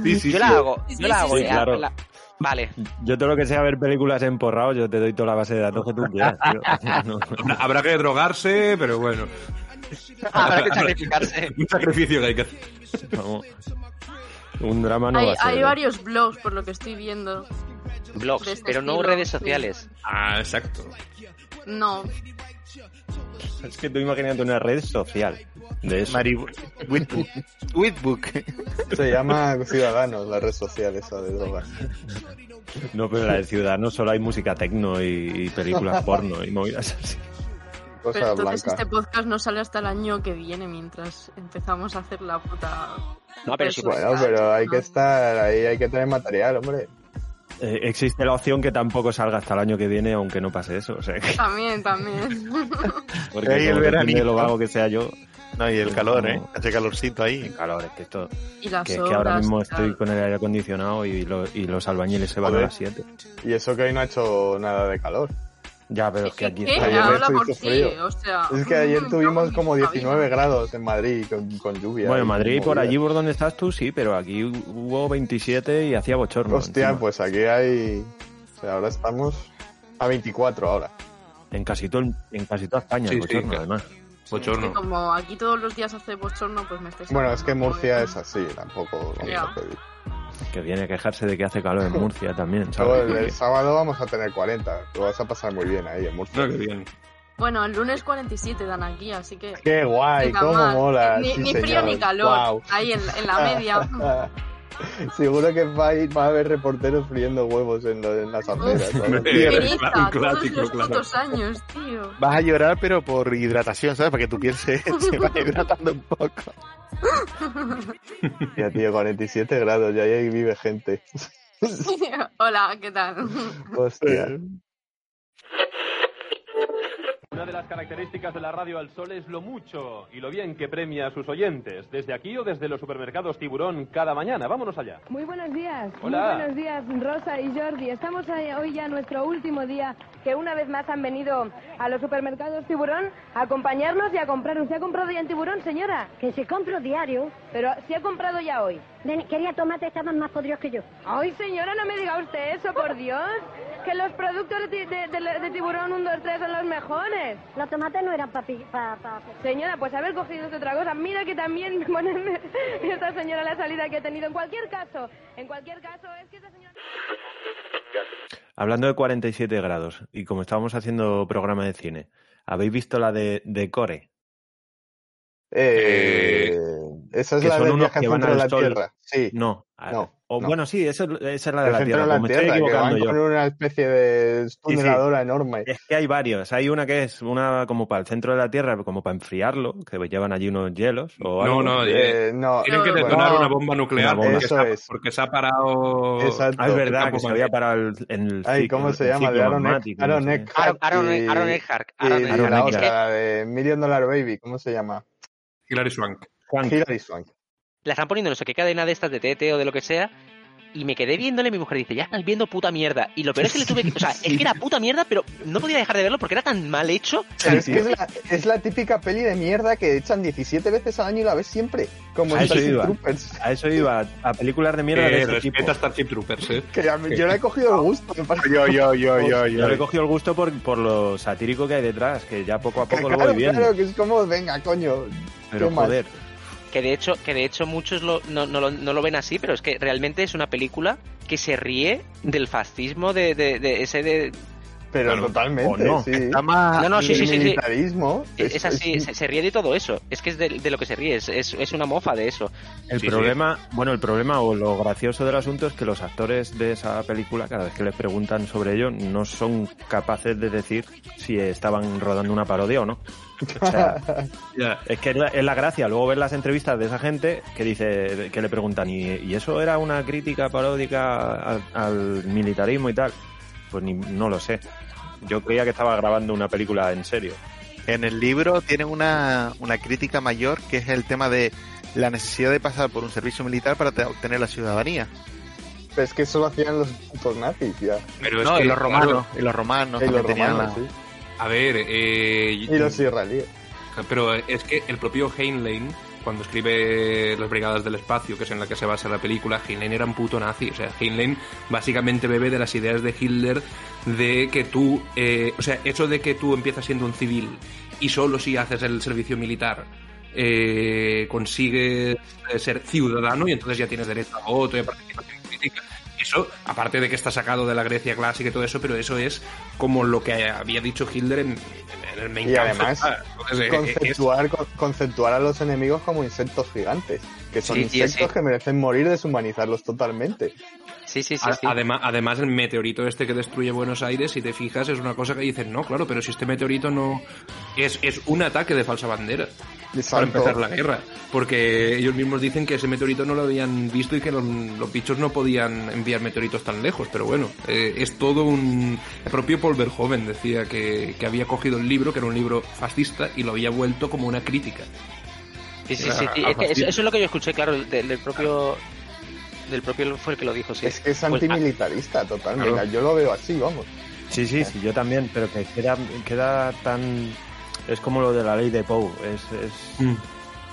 S4: Sí, sí,
S6: yo
S4: sí.
S6: la hago,
S8: Sí,
S6: yo la
S8: sí,
S6: hago.
S3: sí.
S6: eh,
S3: Claro.
S6: la- Vale,
S3: Yo todo lo que sea ver películas emporrado, yo te doy toda la base de datos que tú quieras, tío. No, no.
S4: Habrá- Habrá que drogarse, pero bueno,
S6: habrá que sacrificarse.
S4: un sacrificio que hay que hacer.
S3: Vamos. Un drama no
S8: hay,
S3: va a ser. ¿eh?
S8: hay
S3: ¿no?
S8: varios blogs por lo que estoy viendo. De
S6: Blogs,
S8: este
S6: pero no
S8: estilo,
S6: redes
S8: sí.
S6: sociales.
S4: Ah, exacto.
S8: No,
S3: Es que tú imagínate una red social de eso.
S7: Mari Whitbook. Whitbook.
S5: Se llama Ciudadanos, la red social esa de drogas.
S3: No, pero la de Ciudadanos solo hay música tecno y, y películas porno y movidas así.
S8: pero
S5: Cosa
S8: entonces
S5: blanca.
S8: este podcast no sale hasta el año que viene mientras empezamos a hacer la puta.
S6: No, pero sí.
S8: Eso.
S5: Bueno, pero hay que estar ahí, hay que tener material, hombre.
S3: Eh, existe la opción que tampoco salga hasta el año que viene, aunque no pase eso. O sea, que-
S8: También, también.
S3: porque
S7: Ahí el
S3: como depende
S7: veranito.
S3: de lo vago que sea yo.
S7: No, y el calor, ¿eh? Hace calorcito ahí.
S3: Calor, es que esto.
S8: Y las
S3: Que, es
S8: horas.
S3: que ahora mismo
S8: y
S3: estoy
S8: tal.
S3: con el aire acondicionado y, lo- y los albañiles se van a
S5: Joder.
S3: las 7.
S5: Y eso que hoy no ha hecho nada de calor.
S3: Ya, pero es que aquí.
S8: ¿Qué?
S5: está bien.
S8: Habla
S5: Ayer
S8: por
S5: hizo
S8: sí,
S5: frío.
S8: o sea.
S5: Es que ayer
S8: mm,
S5: tuvimos
S8: cago
S5: como
S8: en mi
S5: 19
S8: cabina.
S5: grados en Madrid con, con lluvia.
S3: Bueno,
S5: y
S3: Madrid,
S5: con
S3: por
S5: movida.
S3: allí por donde estás tú, sí, pero aquí hubo 27 y hacía bochorno.
S5: Hostia,
S3: encima.
S5: pues aquí hay. o sea, ahora estamos a 24 ahora.
S3: En casi, todo, el- en casi toda España,
S4: Sí,
S3: el
S4: sí,
S3: bochorno,
S4: claro.
S3: además.
S4: Bochorno.
S8: Como aquí todos los días hace bochorno, pues me estáis.
S5: Bueno, es que
S8: hablando,
S5: Murcia
S8: ¿no?
S5: es así, tampoco vamos
S8: Ya.
S5: a pedir.
S3: Que viene a quejarse de que hace calor en Murcia también,
S5: Luego
S3: ¿sabes?
S5: el, el sábado vamos a tener 40. Lo vas a pasar muy bien ahí en Murcia.
S4: No, qué bien.
S8: Bueno, el lunes 47 dan aquí, así que.
S5: ¡Qué guay!
S8: Venga,
S5: ¡Cómo
S8: más.
S5: mola!
S8: Eh, Ni,
S5: sí,
S8: ni frío
S5: señor.
S8: ni calor.
S5: Guau.
S8: Ahí en, en la media.
S5: Seguro que va a, ir- va a haber reporteros friendo huevos en, lo- en las aceras. ¿sabes?
S4: Sí,
S8: Qué
S4: un
S8: pereza,
S4: cla- un
S8: todos
S4: clásico,
S8: los
S4: claro.
S8: putos años, tío.
S7: Vas a llorar, pero por hidratación, ¿sabes? Para que tu piel se, se vaya hidratando un poco.
S5: Ya, tío, 47 grados, ya ahí vive gente.
S8: Hola, ¿qué tal?
S5: Hostia.
S9: Una de las características de la radio al sol es lo mucho y lo bien que premia a sus oyentes, desde aquí o desde los supermercados Tiburón cada mañana. Vámonos allá.
S10: Muy buenos días.
S9: Hola.
S10: Muy buenos días, Rosa y Jordi. Estamos eh, hoy ya en nuestro último día que una vez más han venido a los supermercados Tiburón a acompañarnos y a comprar. ¿Usted ha comprado ya en Tiburón, señora?
S11: Que se compro diario.
S10: Pero si ha comprado ya hoy.
S11: Ven, quería tomate, estaban más podridos que yo.
S10: Ay, señora, no me diga usted eso, por Dios. Que los productos de, ti- de- de- de Tiburón 1, 2, 3 son los mejores.
S11: Los tomates no eran para... Pa, pa-
S10: Señora, pues haber cogido usted otra cosa. Mira que también me ponen esta señora la salida que ha tenido. En cualquier caso, en cualquier caso, es que esta señora...
S3: Hablando de 47 grados, y como estábamos haciendo programa de cine, ¿habéis visto la de, de Core?
S5: Eh, esa es
S3: que
S5: la
S3: son
S5: del
S3: unos
S5: viaje
S3: que
S5: al
S3: van
S5: centro de
S3: al
S5: la
S3: sol.
S5: Tierra. Sí,
S3: No. Ah,
S5: No,
S3: o,
S5: no.
S3: Bueno, sí, eso- esa, es la de
S5: el
S3: la
S5: centro
S3: Tierra.
S5: de la
S3: como me estoy
S5: Tierra, que
S3: equivocando
S5: van
S3: yo. Eh,
S5: con una especie de tuneladora enorme.
S3: Es que hay varios. Hay una que es una como para el centro de la Tierra, como para enfriarlo, que llevan allí unos hielos. O
S4: No,
S3: algo.
S4: no, eh,
S5: Eh, no,
S4: tienen que
S5: bueno,
S4: detonar
S5: no,
S4: una bomba nuclear
S3: Una bomba.
S4: porque,
S5: Eso
S4: se ha,
S5: es.
S4: porque se ha parado.
S5: Exacto.
S3: Ah, es verdad
S4: Campo
S3: que se
S4: magnético.
S3: había parado el, en el
S5: Ay,
S3: ciclo-
S5: ¿cómo se
S3: el
S5: llama? De
S3: ciclo
S5: Aaron, Ek-
S3: magmático, no
S5: Aaron
S3: sé.
S5: Eckhart.
S6: Aaron,
S5: y-
S6: Aaron Eckhart.
S5: y
S6: Aaron
S5: de la
S6: Eckhart. Es que
S5: otra, de Million Dollar Baby, ¿cómo se llama?
S4: Hilary Swank.
S3: Juan,
S5: Hilary Swank.
S6: la están poniendo en no sé qué cadena de estas de TT o de lo que sea. Y me quedé viéndole, mi mujer dice, ya estás viendo puta mierda. Y lo peor es que le tuve que... O sea, es que era puta mierda, pero no podía dejar de verlo porque era tan mal hecho.
S5: Pero es, que es, la, es la típica peli de mierda que echan 17 veces al año y la ves siempre. Como
S3: A
S5: en
S3: eso
S5: Starship
S3: iba.
S5: Troopers.
S3: A eso iba, a películas de mierda de
S4: Eh,
S3: ese tipo.
S4: respeta Starship Troopers, ¿eh?
S5: Que a mí- yo le he cogido el gusto. me parece.
S7: Yo, yo, yo, yo,
S3: Pues Yo
S7: yo.
S3: le he cogido el gusto por, por lo satírico que hay detrás, que ya poco a poco lo
S5: claro,
S3: voy viendo.
S5: claro, que es como, venga, coño.
S3: pero
S5: qué mal.
S3: joder,
S6: Que de hecho, que de hecho muchos lo- no, no lo, no lo ven así, pero es que realmente es una película que se ríe del fascismo de, de- de ese de...
S5: Pero
S4: Claro.
S5: totalmente,
S3: O no.
S5: sí.
S7: Está más...
S6: No, no, sí,
S5: Y
S6: sí,
S5: el
S6: sí, sí.
S5: militarismo.
S6: Es, es así, se, se ríe de todo eso. Es que es de, de lo que se ríe, es, es- es una mofa de eso.
S3: el
S4: Sí,
S3: problema, bueno, el problema o lo gracioso del asunto es que los actores de esa película, cada vez que les preguntan sobre ello, no son capaces de decir si estaban rodando una parodia o no. O sea,
S4: Ya.
S3: es que es la, es la gracia. Luego ver las entrevistas de esa gente que dice, que le preguntan, ¿y, y eso era una crítica paródica al, al militarismo y tal? Pues ni- no lo sé. Yo creía que estaba grabando una película en serio.
S7: En el libro tienen una, una crítica mayor que es el tema de la necesidad de pasar por un servicio militar para te- obtener la ciudadanía.
S5: Pero es que eso lo hacían los putos nazis ya.
S4: Pero es
S7: no,
S4: que,
S7: y los
S4: claro,
S7: romanos, y los romanos
S5: y los
S7: también tenían
S5: romanos,
S7: la-
S5: sí.
S4: A ver, eh,
S5: Y los israelíes.
S4: Pero es que el propio Heinlein, cuando escribe Las Brigadas del Espacio, que es en la que se basa la película, Heinlein era un puto nazi. O sea, Heinlein básicamente bebe de las ideas de Hitler de que tú, eh, o sea, eso de que tú empiezas siendo un civil y solo si haces el servicio militar eh, consigues eh, ser ciudadano y entonces ya tienes derecho a voto y a participación política. Eso, aparte de que está sacado de la Grecia clásica y todo eso, pero eso es como lo que había dicho Hitler en, en el main
S5: Y
S4: Kampf.
S5: además,
S4: Ah, entonces, eh, es-
S5: conceptuar, con- conceptuar a los enemigos como insectos gigantes, que son
S6: Sí, sí,
S5: insectos
S6: sí.
S5: que merecen morir deshumanizarlos totalmente.
S6: Sí, sí, sí.
S4: A-
S6: sí.
S4: Además, además, el meteorito este que destruye Buenos Aires, si te fijas, es una cosa que dices, no, claro, pero si este meteorito no... Es, es un ataque de falsa bandera para
S5: Exacto.
S4: empezar la guerra, porque ellos mismos dicen que ese meteorito no lo habían visto y que los, los bichos no podían enviar meteoritos tan lejos, pero bueno, eh, es todo un... El propio Paul Verhoeven decía que, que había cogido el libro, que era un libro fascista, y lo había vuelto como una crítica.
S6: Sí, sí, sí, sí. Es que eso, eso es lo que yo escuché, claro, del, del propio... Del propio fue el que lo dijo, sí.
S5: Es que es
S6: Pues, ah,
S5: antimilitarista, totalmente.
S4: Claro.
S5: Yo lo veo así, vamos.
S3: Sí, sí, sí, yo también, pero que queda, queda tan... Es como lo de la ley de Poe, es, es-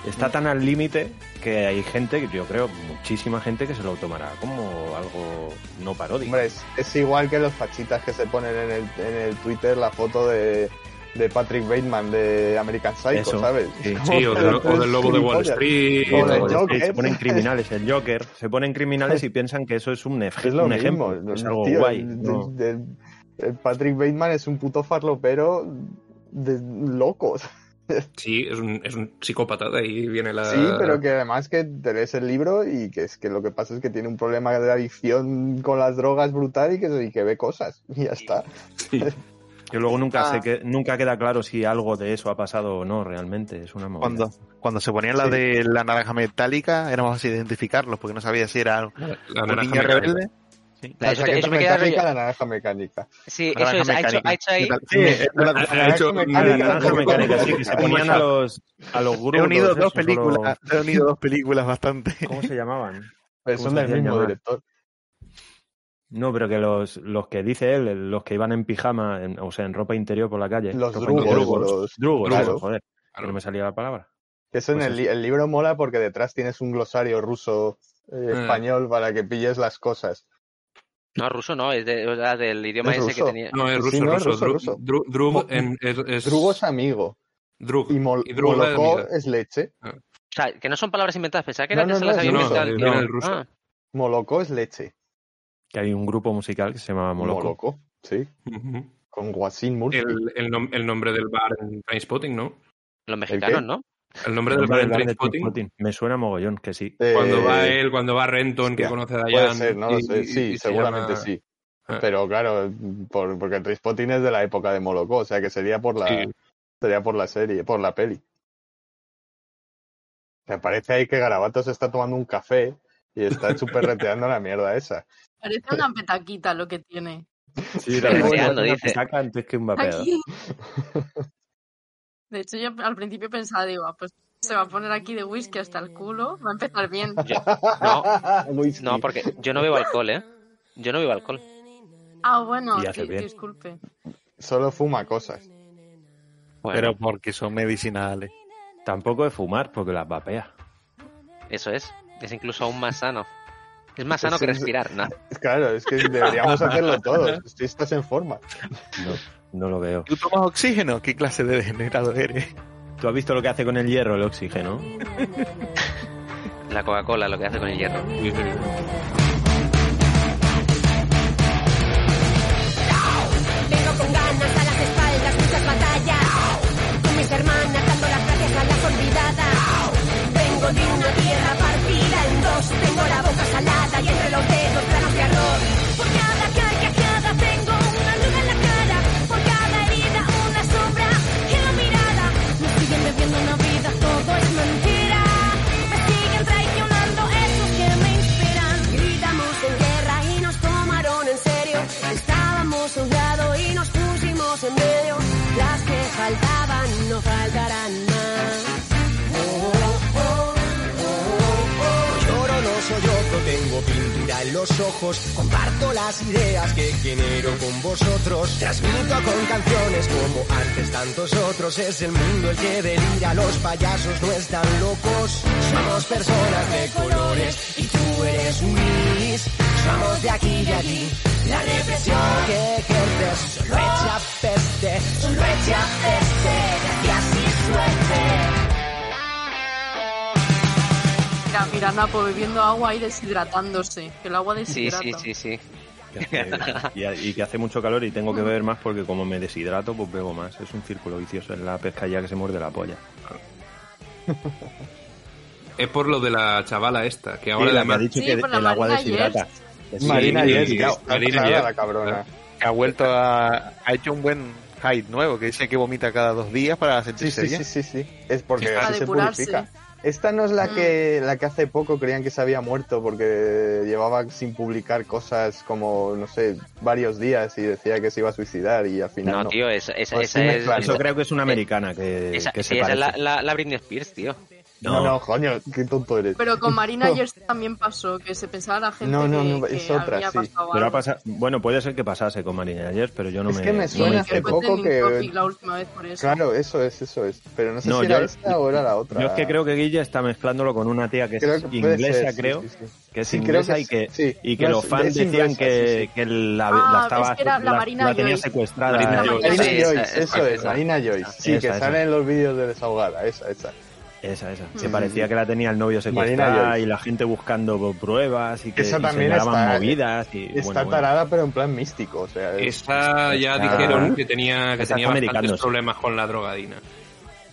S3: está tan al límite que hay gente, yo creo, muchísima gente que se lo tomará como algo no paródico.
S5: Hombre, es, es igual que los fachitas que se ponen en el, en el Twitter la foto de, de Patrick Bateman de American Psycho,
S3: Eso.
S5: ¿sabes?
S3: Sí.
S5: Es como-
S3: Sí, o del- o del
S4: lobo de Wall
S5: gilipollas.
S3: Sí,
S5: O
S3: luego
S5: del
S3: los que
S5: Joker.
S3: se ponen criminales, el Joker, se ponen criminales y piensan que eso es un, ej-
S5: Es lo
S3: un
S5: mismo,
S3: ejemplo,
S5: no,
S3: es algo
S5: tío,
S3: guay.
S5: el-
S3: ¿no?
S5: el- el- el Patrick Bateman es un puto farlopero de locos.
S4: Sí, es un, es un psicópata, de ahí viene la...
S5: Sí, pero que además que te lees el libro y que es que lo que pasa es que tiene un problema de adicción con las drogas brutal y que, y que ve cosas. Y ya está.
S3: Que luego nunca
S5: Ah.
S3: se que, nunca queda claro si algo de eso ha pasado o no realmente. Es una movida.
S7: Cuando, cuando se ponían la
S3: Sí.
S7: de la naranja metálica, éramos así de identificarlos, porque no sabía si era un,
S4: la
S7: un
S4: naranja
S7: niño
S4: mecánica.
S7: rebelde. Sí.
S6: La chaqueta Eso me queda
S5: mecánica,
S6: rollo-
S5: la naranja mecánica.
S6: Sí,
S7: Naranja
S6: eso es. Ha hecho,
S7: mecánica.
S6: ha hecho ahí.
S7: Metal-
S3: Sí,
S7: me-
S3: ha-
S7: la-
S4: ha
S7: la-
S4: hecho
S7: la-
S4: una
S7: la-
S3: Ah, naranja mecánica, sí, que se ponían a los, a los grupos.
S7: He unido dos
S3: esos,
S7: películas,
S3: los-
S7: he unido dos películas bastante.
S3: ¿Cómo se llamaban?
S5: Pero
S3: ¿Cómo
S5: son
S3: se
S5: del
S3: hacían
S5: pues, mismo
S3: llamar?
S5: director.
S3: No, pero que los, los que dice él, los que iban en pijama, en- o sea, en ropa interior por la calle.
S5: Los
S3: ropa
S5: drugos,
S3: interior,
S5: los-
S3: drugos,
S5: claro.
S3: eso, joder.
S4: Ah,
S3: que No me salía la palabra.
S5: Eso en
S3: Pues
S5: el, li- el libro mola porque detrás tienes un glosario ruso eh,
S4: Ah.
S5: español para que pilles las cosas.
S6: No, ruso no, es de- o sea, del idioma
S5: Es
S6: ese que
S5: ruso.
S6: tenía.
S4: No, es
S5: Sí,
S4: ruso,
S5: no, es
S4: ruso.
S5: ruso, ruso.
S4: Dru- Dru- Drug en- es, es-
S5: Drugo es amigo
S4: Drug.
S5: y, mol-
S4: Y Drugo es
S5: Molotov
S4: amigo.
S5: es leche.
S6: O sea, que no son palabras inventadas, pensaba que
S5: No,
S6: era que
S5: no,
S6: se
S5: no,
S6: las
S5: es
S6: había
S5: ruso,
S6: inventado
S4: es
S6: el tío.
S4: no, es ruso.
S6: Ah,
S5: Molocó es leche.
S3: Que hay un grupo musical que se llama Moloko.
S5: Molocó, sí.
S4: Ujú.
S5: Con Guasín Murphy.
S4: El, el nom- el nombre del bar en Trainspotting, ¿no?
S6: los mexicanos, ¿no?
S4: El nombre
S3: El nombre del
S4: del bar en
S3: bar de
S4: Trainspotting.
S3: Trainspotting. Me suena mogollón, que sí.
S5: Eh,
S4: Cuando va él, cuando va Renton, que
S5: hostia,
S4: conoce a
S5: Puede
S4: Dayan.
S5: ser, no lo sé. Sí, seguramente sí.
S4: Ah.
S5: Pero claro, por, porque el Trispotting es de la época de Molocó, o sea que sería por la
S4: Sí.
S5: sería por la serie, por la peli. Me parece ahí que Garabato se está tomando un café y está chuperreteando la mierda esa.
S8: Parece una petaquita lo que tiene.
S3: Sí,
S6: la verdad es que Deseando,
S3: una
S6: dice.
S3: pisaca antes que un vapeador.
S8: Aquí. De hecho, yo al principio pensaba, digo, ah, pues se va a poner aquí de whisky hasta el culo, va a empezar bien.
S6: No,
S5: Whisky.
S6: No, porque yo no bebo alcohol, ¿eh? Yo no bebo alcohol.
S8: Ah, bueno,
S3: Y hace
S8: di-
S3: bien.
S8: disculpe.
S5: Solo fuma cosas.
S6: Bueno,
S7: Pero porque son medicinales.
S3: Tampoco de fumar, porque las vapea.
S6: eso es. Es incluso aún más sano. Es más
S5: Eso
S6: sano que
S5: es-
S6: respirar, ¿no?
S5: Claro, es que deberíamos hacerlo todos. Si estás en forma.
S3: No, no lo veo.
S7: ¿Tú tomas oxígeno? ¿Qué clase de degenerado eres?
S3: ¿Tú has visto lo que hace con el hierro, el oxígeno?
S6: La Coca-Cola, lo que hace con el hierro.
S11: Vengo con ganas a las espaldas, muchas batallas. Con mis hermanas dando las gracias a las olvidadas. Vengo de una tierra partida en dos. Tengo la boca salada y entre los dedos granos de arroz. Por cada carcajada tengo una luz en la cara. Por cada herida una sombra en la mirada. Me siguen bebiendo una vida, todo es mentira. Me siguen traicionando esos que me inspiran. Gritamos en guerra y nos tomaron en serio. Estábamos a un lado y nos pusimos en medio. Las que faltaban no faltarán más. Oh, oh, oh, oh, oh.
S12: Lloro, no soy otro, tengo pintura en los ojos, comparto las ideas que genero con vosotros, transmito con canciones como antes tantos otros, es el mundo el que delira, los payasos no están locos, somos personas de colores y tú eres un gris, somos de aquí de allí, la represión que ejerces, solo echa peste, solo echa peste, gracias y suerte.
S8: Mira, mira, Napo bebiendo agua y deshidratándose, que el agua
S6: Sí,
S8: deshidrata.
S6: sí, sí, sí.
S3: Que hace- y, ha- y que hace mucho calor y tengo que beber más porque como me deshidrato, pues bebo más. Es un círculo vicioso en la pesca ya que se muerde la polla.
S4: Es por lo de la chavala esta, que ahora
S3: Sí, la que ha
S4: además...
S3: dicho
S8: Sí,
S3: que
S8: por la
S3: el agua
S8: Marina Yers.
S3: deshidrata. Que sí,
S5: Marina
S3: que-
S5: Yers,
S3: que-
S5: ya,
S4: Marina
S5: aclara
S4: Yers.
S5: la cabrona.
S7: Que ha vuelto a... Ha hecho un buen hide nuevo, que dice que vomita cada dos días para
S5: Sí,
S7: sentirse
S5: sí,
S7: bien.
S5: sí, sí, sí. Es porque
S8: Para
S5: así se
S8: depurarse. Mm.
S5: purifica. Esta no es la que la que hace poco creían que se había muerto porque llevaba sin publicar cosas como, no sé, varios días y decía que se iba a suicidar y al final no.
S6: No, tío, esa, esa,
S5: Pues
S6: esa
S5: sí me
S6: es.
S5: suena.
S3: Eso creo que es una americana que,
S6: Esa,
S3: que
S6: sí,
S3: se
S6: esa es
S3: parece.
S6: la, la, la Britney Spears, tío.
S5: No, no, coño, qué tonto eres.
S8: Pero con Marina ayer también pasó, que se pensaba la gente
S5: No, no,
S8: que-
S5: no,
S8: que
S5: es otra,
S8: había
S5: sí.
S8: pasado
S3: Pero ha
S8: algo.
S3: pasa- Bueno, puede ser que pasase con Marina ayer, pero yo no
S5: Es
S3: me.
S5: que me
S3: no
S5: suena
S8: Que
S5: hace
S8: fue
S5: poco
S8: trending
S5: que-
S8: topic la última vez por eso.
S5: Claro, eso es, eso es. Pero no sé
S3: No,
S5: si
S3: yo-
S5: era esta o era la otra.
S3: Yo es que creo que Guilla está mezclándolo con una tía que es
S5: Creo que puede
S3: inglesa,
S5: ser, sí,
S3: creo.
S5: sí, sí.
S3: Que es
S5: Sí, creo
S3: inglesa
S5: que
S3: y que,
S5: es- sí.
S3: y que
S5: No,
S3: los
S5: es-
S3: fans
S5: es
S3: decían
S5: inglesa,
S3: que,
S5: sí, sí.
S3: que la,
S8: Ah,
S3: la
S8: es
S3: estaba.
S8: que era la
S3: la-
S8: Marina
S3: la tenía
S8: Joyce.
S3: secuestrada.
S4: Marina
S3: Esa,
S4: Joyce.
S5: Marina
S4: Sí,
S5: Joyce,
S4: esa,
S5: eso es,
S4: esa.
S5: Marina Joyce. Sí,
S3: Esa,
S5: que
S3: esa.
S5: sale en los vídeos de desahogada, esa, esa.
S3: Esa, esa. Que
S5: Mm.
S3: parecía que la tenía el novio
S5: Marina
S3: secuestrada
S5: Joyce.
S3: y la gente buscando pruebas y que
S5: Esa
S3: y
S5: también
S3: señalaban
S5: está-
S3: movidas. Y,
S5: Está
S3: bueno, bueno.
S5: tarada, pero en plan místico, o sea... es-
S4: Esa ya
S3: Está-
S4: dijeron que tenía, que
S3: Esa está
S4: tenía bastantes
S3: medicándose.
S4: problemas con la drogadina.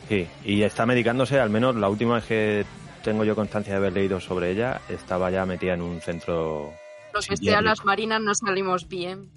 S3: Sí, y está medicándose, al menos la última vez que tengo yo constancia de haber leído sobre ella, estaba ya metida en un centro.
S8: Los que sea
S3: psiquiátrico.
S8: las marinas no salimos bien.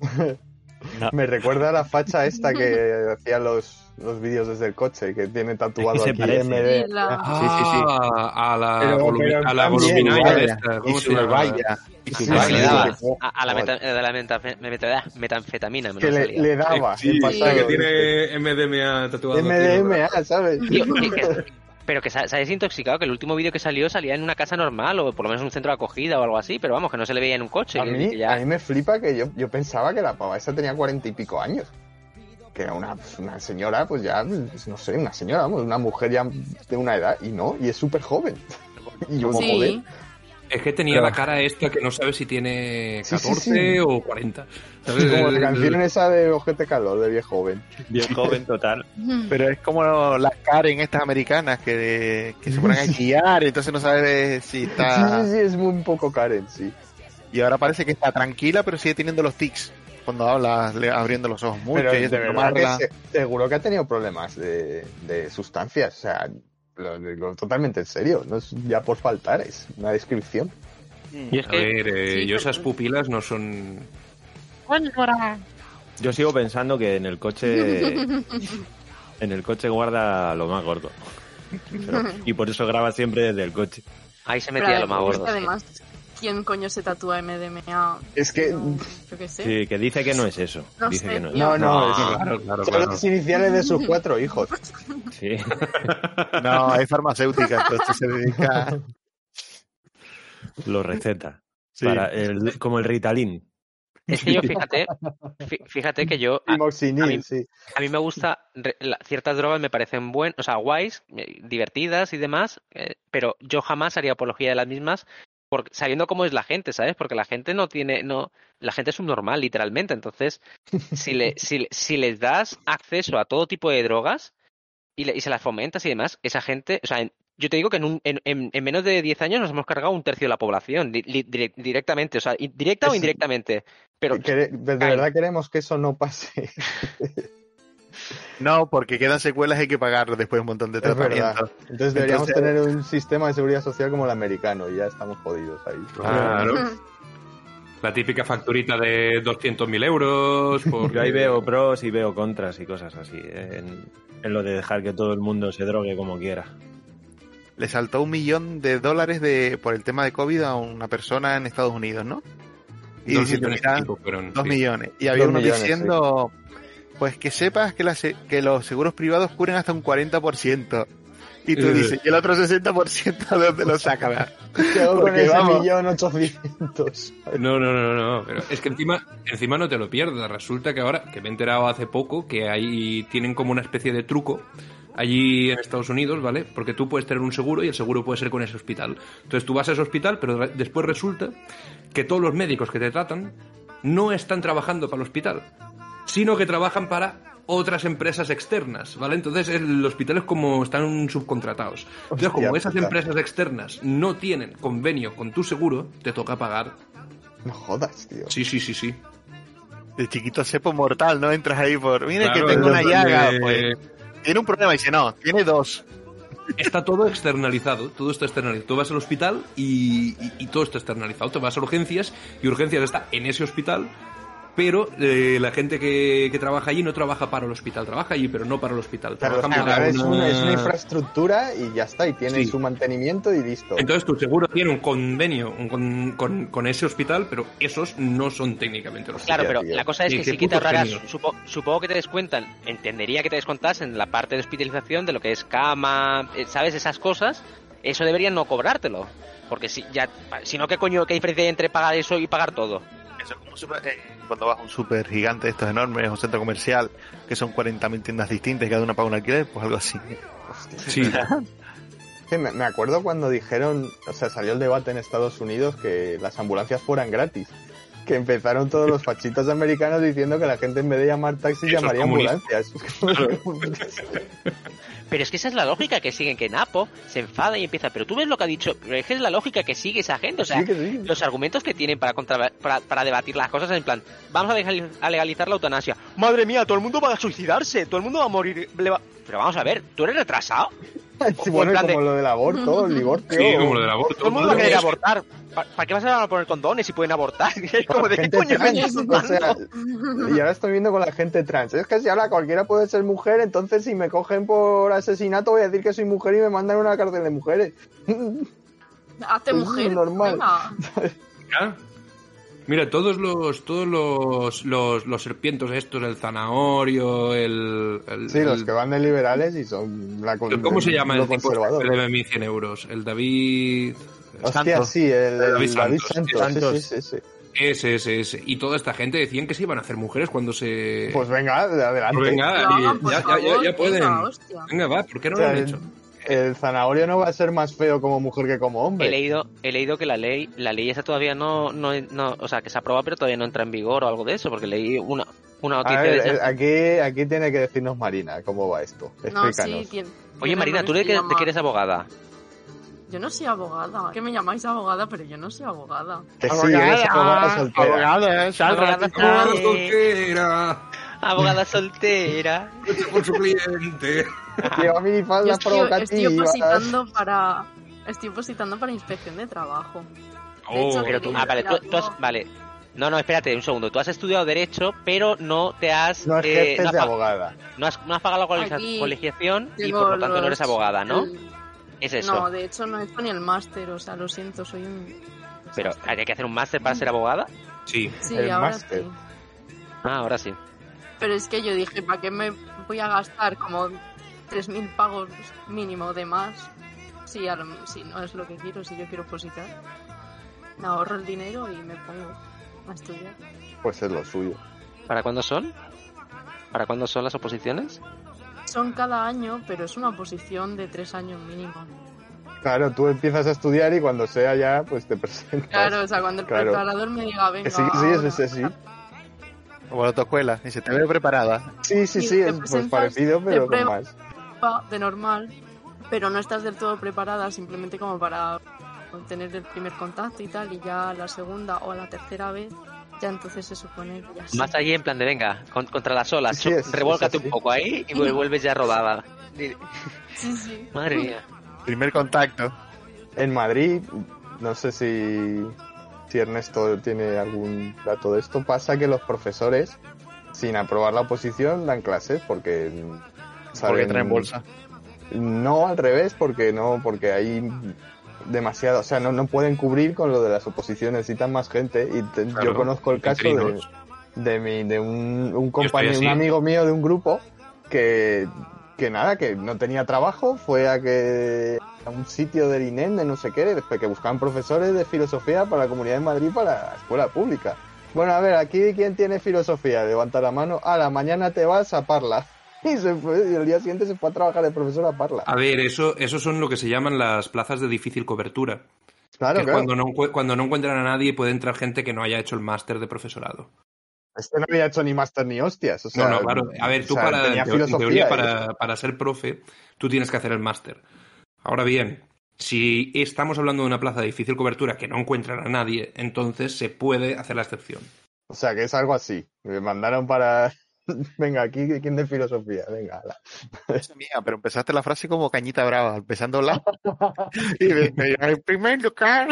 S5: Me recuerda a la facha esta que hacía los, los vídeos desde el coche, que tiene
S3: Es
S5: tatuado
S3: que se
S5: aquí
S3: parece.
S5: MD.
S8: Y la-
S3: Sí, sí, sí.
S4: Ah, A la,
S5: Pero- pero
S4: volumi- a la
S5: también,
S4: voluminoide
S5: vaya.
S4: esta,
S7: Y
S4: ¿cómo se
S7: su
S4: llama?
S7: valla. Y su
S6: Sí,
S7: valla.
S6: Ah, le daba
S5: sí.
S6: a, a la, meta- a la metafe- meta- metanfetamina. me
S5: Que
S6: lo
S5: le,
S6: salía.
S5: le daba
S4: Sí,
S5: en
S4: la
S5: pasado.
S4: que tiene MDMA tatuado.
S5: MDMA, ¿sabes?
S6: Tío, que- que- pero que se ha desintoxicado, que el último vídeo que salió salía en una casa normal o por lo menos en un centro de acogida o algo así, pero vamos, que no se le veía en un coche.
S5: A
S6: que- que
S5: mí,
S6: ya-
S5: a mí me flipa que yo, yo pensaba que la pava esa tenía cuarenta y pico años. Que era una, pues, una señora, pues ya, pues, no sé, una señora, vamos, una mujer ya de una edad, y no, y es súper joven. Y yo, joder.
S8: Sí,
S4: Es que tenía la cara esta que no sabe si tiene
S5: Sí, sí,
S4: 14
S5: sí.
S4: o 40. ¿sabes?
S5: Sí, como la canción esa de Ojete Calor, de viejo joven.
S3: Bien joven total.
S7: Pero es como las Karen estas americanas que, que se ponen a guiar, entonces no sabes si
S5: Sí,
S7: está...
S5: sí, sí, es muy un poco Karen, sí.
S7: Y ahora parece que está tranquila, pero sigue teniendo los tics cuando habla, le- abriendo los ojos mucho.
S5: Pero
S7: y
S5: de
S7: eso,
S5: verdad
S7: tomarla.
S5: que se- seguro que ha tenido problemas de, de sustancias, o sea, lo digo totalmente en serio, no es ya por faltar, es una descripción.
S6: Y es
S4: A
S6: que
S4: ver, eh,
S8: Sí,
S4: yo esas
S8: perdón.
S4: pupilas no son...
S3: Yo sigo pensando que en el coche. en el coche guarda lo más gordo. Pero- y por eso graba siempre desde el coche.
S6: ahí se
S8: pero
S6: metía lo más
S8: además-
S6: gordo. sí.
S8: Además, ¿quién coño se tatúa MDMA?
S5: Es que
S8: No, yo qué sé.
S3: Sí, que dice que no es eso.
S8: ¿Este? No
S3: dice
S8: sé,
S3: que no es
S8: tío.
S5: No, no, Ah, es-
S4: claro, claro,
S5: son
S4: claro.
S5: las iniciales de sus cuatro hijos.
S3: Sí.
S7: No, es farmacéutica, entonces se dedica...
S3: Lo receta.
S7: Sí.
S3: Para el- como el Ritalin.
S6: Es que yo, fíjate, fí- fíjate que yo, a,
S5: Timoxinil,
S6: a mí-
S5: sí.
S6: a mí me gusta, re- la- ciertas drogas me parecen buenas, o sea, guays, eh, divertidas y demás, eh, pero yo jamás haría apología de las mismas por- sabiendo cómo es la gente, ¿sabes? Porque la gente no tiene, no, la gente es subnormal, literalmente. Entonces, si, le, si, le- si les das acceso a todo tipo de drogas y, le- y se las fomentas y demás, esa gente, o sea, en- yo te digo que en, un- en, en- en menos de 10 años nos hemos cargado un tercio de la población, di- li- dire- directamente, o sea, i- directa o
S5: Es-
S6: indirectamente. Pero
S5: Que- de de
S6: Ay.
S5: verdad queremos que eso no pase.
S7: No, porque quedan secuelas y hay que pagar después un montón de
S5: Es verdad.
S7: tratamientos.
S5: Entonces eh, deberíamos
S7: Entonces-
S5: tener un sistema de seguridad social como el americano y ya estamos jodidos ahí.
S4: Claro. La típica facturita de 200.000 euros. Por...
S3: Yo ahí veo pros y veo contras y cosas así. eh, En, en lo de dejar que todo el mundo se drogue como quiera.
S7: Le saltó un millón de dólares de, por el tema de COVID a una persona en Estados Unidos, ¿no? Y
S4: Dos
S7: diciendo,
S4: millones y
S7: mira,
S4: pico fueron,
S7: dos
S4: sí.
S7: millones. Y había
S5: Dos
S7: uno
S5: millones,
S7: diciendo, pues que sepas que, la se- que los seguros privados cubren hasta un 40%. Y tú
S4: Eh.
S7: dices, ¿y el otro 60% de dónde lo saca? verdad?".
S5: Quedo con
S7: Porque
S5: ese
S7: vamos.
S5: millón ochocientos.
S4: No, no, no, no. Pero es que encima, encima no te lo pierdas. Resulta que ahora, que me he enterado hace poco, que ahí tienen como una especie de truco allí en Estados Unidos, ¿vale? Porque tú puedes tener un seguro y el seguro puede ser con ese hospital. Entonces tú vas a ese hospital, pero re- después resulta que todos los médicos que te tratan no están trabajando para el hospital, sino que trabajan para otras empresas externas, ¿vale? Entonces el hospital es como están subcontratados. Entonces
S5: Hostia
S4: como esas
S5: puta.
S4: empresas externas no tienen convenio con tu seguro, te toca pagar
S5: No jodas, tío.
S4: Sí, sí, sí, sí.
S7: De chiquito cepo mortal, ¿no? Entras ahí por, mira
S4: Claro,
S7: que tengo una
S4: es
S7: llaga,
S4: donde-
S7: pues. Tiene un problema, y dice, no, tiene dos.
S4: Está todo externalizado, todo está externalizado. Tú vas al hospital y, y- y todo está externalizado. Te vas a urgencias y urgencias está en ese hospital, pero eh, la gente que, que trabaja allí no trabaja para el hospital, trabaja allí, pero no para el hospital.
S5: Pero
S4: trabajan
S5: al
S4: para
S5: final es,
S4: una-
S5: una, es una infraestructura y ya está, y tiene
S4: Sí.
S5: su mantenimiento y listo.
S4: Entonces tu seguro tiene un convenio un con, con- con ese hospital, pero esos no son técnicamente los
S6: Claro,
S5: Ya,
S6: pero
S5: tío.
S6: la cosa es
S4: Sí,
S6: que
S4: qué
S6: sí que te
S4: putos
S6: ahorrarás,
S4: genios.
S6: supo- supongo que te descuentan, entendería que te descontasen la parte de hospitalización de lo que es cama, eh, ¿sabes? Esas cosas, eso deberían no cobrártelo. Porque si ya, si no, ¿qué coño, qué diferencia hay entre pagar eso y pagar todo?
S7: Eso es como super, eh, cuando vas a un súper gigante, estos enormes, un centro comercial, que son 40.000 tiendas distintas y cada una paga un alquiler, pues algo así.
S5: Sí. Sí, me, me acuerdo cuando dijeron, o sea, salió el debate en Estados Unidos que las ambulancias fueran gratis. Que empezaron todos los fachitos americanos diciendo que la gente en vez de llamar taxi
S4: Eso es
S5: llamaría
S4: comunista.
S5: ambulancias.
S6: Pero es que esa es la lógica que siguen, que Napo se enfada y empieza, pero tú ves lo que ha dicho, pero es que es la lógica que sigue esa gente, o sea,
S5: Sí, que sí.
S6: los argumentos que tienen para, contra- para, para debatir las cosas en plan, vamos a, legal- a legalizar la eutanasia. Madre mía, todo el mundo va a suicidarse, todo el mundo va a morir. le va- Pero vamos a ver, ¿tú eres retrasado?
S5: Sí, bueno,
S6: en plan
S5: como
S6: de-
S5: lo del aborto, el divorcio.
S4: Sí, como lo del
S6: Todo
S4: aborto.
S6: el mundo va a querer
S4: Madre mía.
S6: abortar. ¿Para, para qué vas a poner condones si pueden abortar? Es como, ¿de qué
S5: Gente
S6: coño
S5: trans,
S6: venís
S5: o sea,
S6: hablando?
S5: y ahora estoy viendo con la gente trans. Es que si ahora cualquiera puede ser mujer, entonces si me cogen por asesinato voy a decir que soy mujer y me mandan a una cárcel de mujeres.
S8: Hazte
S5: Es
S8: mujer.
S5: normal.
S8: venga.
S4: Mira, Mira, todos los todos los, los, los serpientos estos, el zanahorio, el, el-
S5: Sí, los
S4: el-
S5: que van de liberales y son la con-
S4: ¿Cómo se llama
S5: lo
S4: el tipo este que
S5: conservador.
S4: le debe 1.100 euros? El David...
S5: Hostia,
S4: Santos.
S5: sí, el, el David Santos. sí, sí, sí,
S4: sí,
S5: sí.
S4: Ese, ese, ese. Y toda esta gente decían que se iban a hacer mujeres cuando se...
S5: Pues venga, adelante.
S4: Pues venga,
S8: Lo
S4: y-
S8: hagan, por
S4: ya, ya- ya-
S8: favor,
S4: ya pueden.
S8: venga, hostia.
S4: Venga, va, ¿por qué no
S5: O sea,
S4: lo han
S5: el-
S4: hecho?
S5: El zanahorio no va a ser más feo como mujer que como
S6: He
S5: hombre.
S6: leído, he leído que la ley, la ley esa todavía no, no, no- o sea, que se aprueba pero todavía no entra en vigor o algo de eso, porque leí una, una
S5: A
S6: noticia
S5: ver,
S6: de
S5: eh, aquí, aquí tiene que decirnos Marina cómo va esto.
S8: No, sí,
S5: Explícanos.
S8: tiene-
S6: Oye
S8: tiene
S6: Marina,
S8: nombre
S6: tú de
S8: que
S6: que,
S8: llama-
S6: de que eres abogada.
S8: Yo no soy abogada. Que me llamáis abogada, pero yo no soy abogada. ah,
S5: que sí, eres abogada soltera.
S7: Abogada, ¿eh? Sal,
S6: Abogada.
S7: ratito.
S6: Ah,
S4: ¡Abogada
S6: eh.
S4: soltera!
S6: Abogada soltera.
S4: lucha por su cliente!
S5: Lleva minifaldas
S8: yo estoy, estoy
S5: provocativas.
S8: opositando para. Estoy opositando para inspección de trabajo.
S4: Oh,
S8: hecho,
S6: Pero
S4: pero
S6: tú, ah, vale, tú, tú has, vale. No, no, espérate un segundo. Tú has estudiado derecho, pero no te has,
S5: No
S6: eh,
S5: ejerces
S6: no has
S5: de
S6: pa-
S5: abogada.
S6: no has- no has pagado la colegia-
S8: Aquí
S6: colegiación y
S8: Tengo
S6: por lo tanto no eres
S8: los-
S6: abogada, ¿no?
S8: el-
S6: Es eso.
S8: No, de hecho no he hecho ni el máster, o sea, lo siento, soy un.
S6: pero habría que hacer un máster para ser abogada.
S4: Sí.
S8: Sí,
S5: El
S8: ahora
S5: máster.
S8: sí.
S6: Ah, ahora sí.
S8: Pero es que yo dije, ¿para qué me voy a gastar como 3.000 pagos mínimo de más? Si, a lo- si no es lo que quiero, si yo quiero positar. Me ahorro el dinero y me pongo a estudiar.
S5: Pues es lo suyo.
S6: ¿Para cuándo son? ¿Para cuándo son las oposiciones?
S8: Son cada año, pero es una posición de tres años mínimo.
S5: Claro, tú empiezas a estudiar y cuando sea ya, pues te presentas.
S8: Claro, o sea, cuando el
S5: Claro.
S8: preparador me diga, venga.
S5: Que sí, que sí,
S8: ahora".
S5: eso sí, sí.
S7: Como la autoescuela. Dice, te veo preparada.
S5: Sí, sí,
S8: Y
S5: sí,
S8: te
S5: es pues
S8: presentas,
S5: parecido,
S8: te
S5: pero con
S8: pruebas.
S5: más.
S8: Va de normal, pero no estás del todo preparada, simplemente como para tener el primer contacto y tal, y ya a la segunda o a la tercera vez, ya entonces se supone que ya sí.
S6: Más allí en plan de venga, con- contra las olas,
S5: Sí,
S6: chup,
S5: es-
S6: revólcate
S5: es así.
S6: un poco ahí y vuel- vuelves ya rodada.
S8: Sí, sí.
S6: Madre mía.
S7: Primer contacto.
S5: En Madrid, no sé si, si Ernesto tiene algún dato de esto, pasa que los profesores, sin aprobar la oposición, dan clases porque...
S7: Porque
S5: salen-
S7: traen bolsa.
S5: No, al revés, porque no, porque hay demasiado, o sea, no, no pueden cubrir con lo de las oposiciones, necesitan más gente. Y te- yo
S4: Claro,
S5: conozco el caso de,
S4: inquilinos.
S5: de, mi, de un, un
S4: estoy
S5: compañero,
S4: así.
S5: un amigo mío de un grupo que, que nada, que no tenía trabajo, fue a que a un sitio del INEM de no sé qué, después que buscaban profesores de filosofía para la Comunidad de Madrid para la escuela pública. Bueno, a ver, aquí quién tiene filosofía, levanta la mano, a la mañana te vas a Parla. Y se fue, y el día siguiente se fue a trabajar de profesor a Parla.
S4: A ver, eso, eso son lo que se llaman las plazas de difícil cobertura.
S5: Claro,
S4: que es
S5: claro.
S4: Cuando, no, encu- cuando no encuentran a nadie puede entrar gente que no haya hecho el máster de profesorado.
S5: Este no había hecho ni máster ni hostias. O sea,
S4: no, no, claro. A ver, tú
S5: o sea,
S4: para, en
S5: tenía
S4: teo- en
S5: filosofía,
S4: teoría,
S5: ¿eh?
S4: para, para ser profe, tú tienes que hacer el máster. Ahora bien, si estamos hablando de una plaza de difícil cobertura que no encuentran a nadie, entonces se puede hacer la excepción.
S5: O sea, que es algo así. Me mandaron para. venga, aquí, ¿quién de filosofía? Venga, ala.
S7: Esa mía, pero empezaste la frase como cañita brava, empezando la. y me, me- en primer lugar.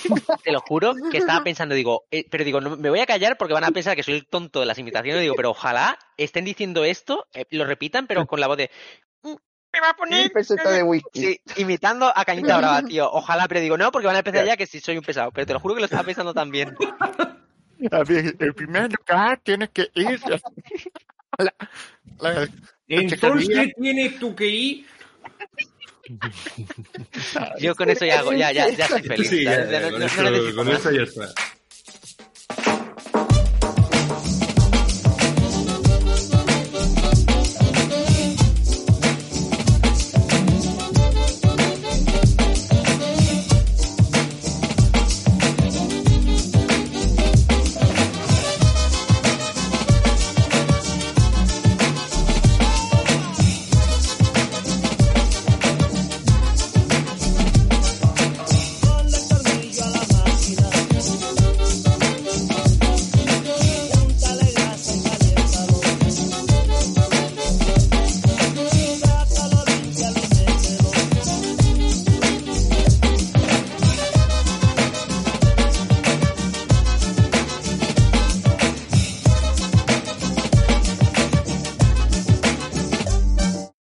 S6: Te lo juro que estaba pensando, digo, eh, pero digo, no, me voy a callar porque van a pensar que soy el tonto de las imitaciones. Digo, pero ojalá estén diciendo esto, eh, lo repitan, pero con la voz de. "Mm, Me va a poner.
S5: peseta de whisky.
S6: Sí, imitando a Cañita Brava, tío. Ojalá, pero digo, no, porque van a empezar ya que sí soy un pesado. Pero te lo juro que lo estaba pensando también.
S7: A ver, En primer lugar tienes que ir. a la- a la- a la
S4: Entonces
S7: chacardía.
S4: tienes tú que ir
S6: Yo con eso ya hago, ya, ya, ya estoy feliz.
S2: Sí, ya,
S6: ¿sabes? Ya
S2: ya,
S6: no-
S2: con
S6: no- no
S2: eso-
S6: necesito
S2: con
S6: más.
S2: eso ya está.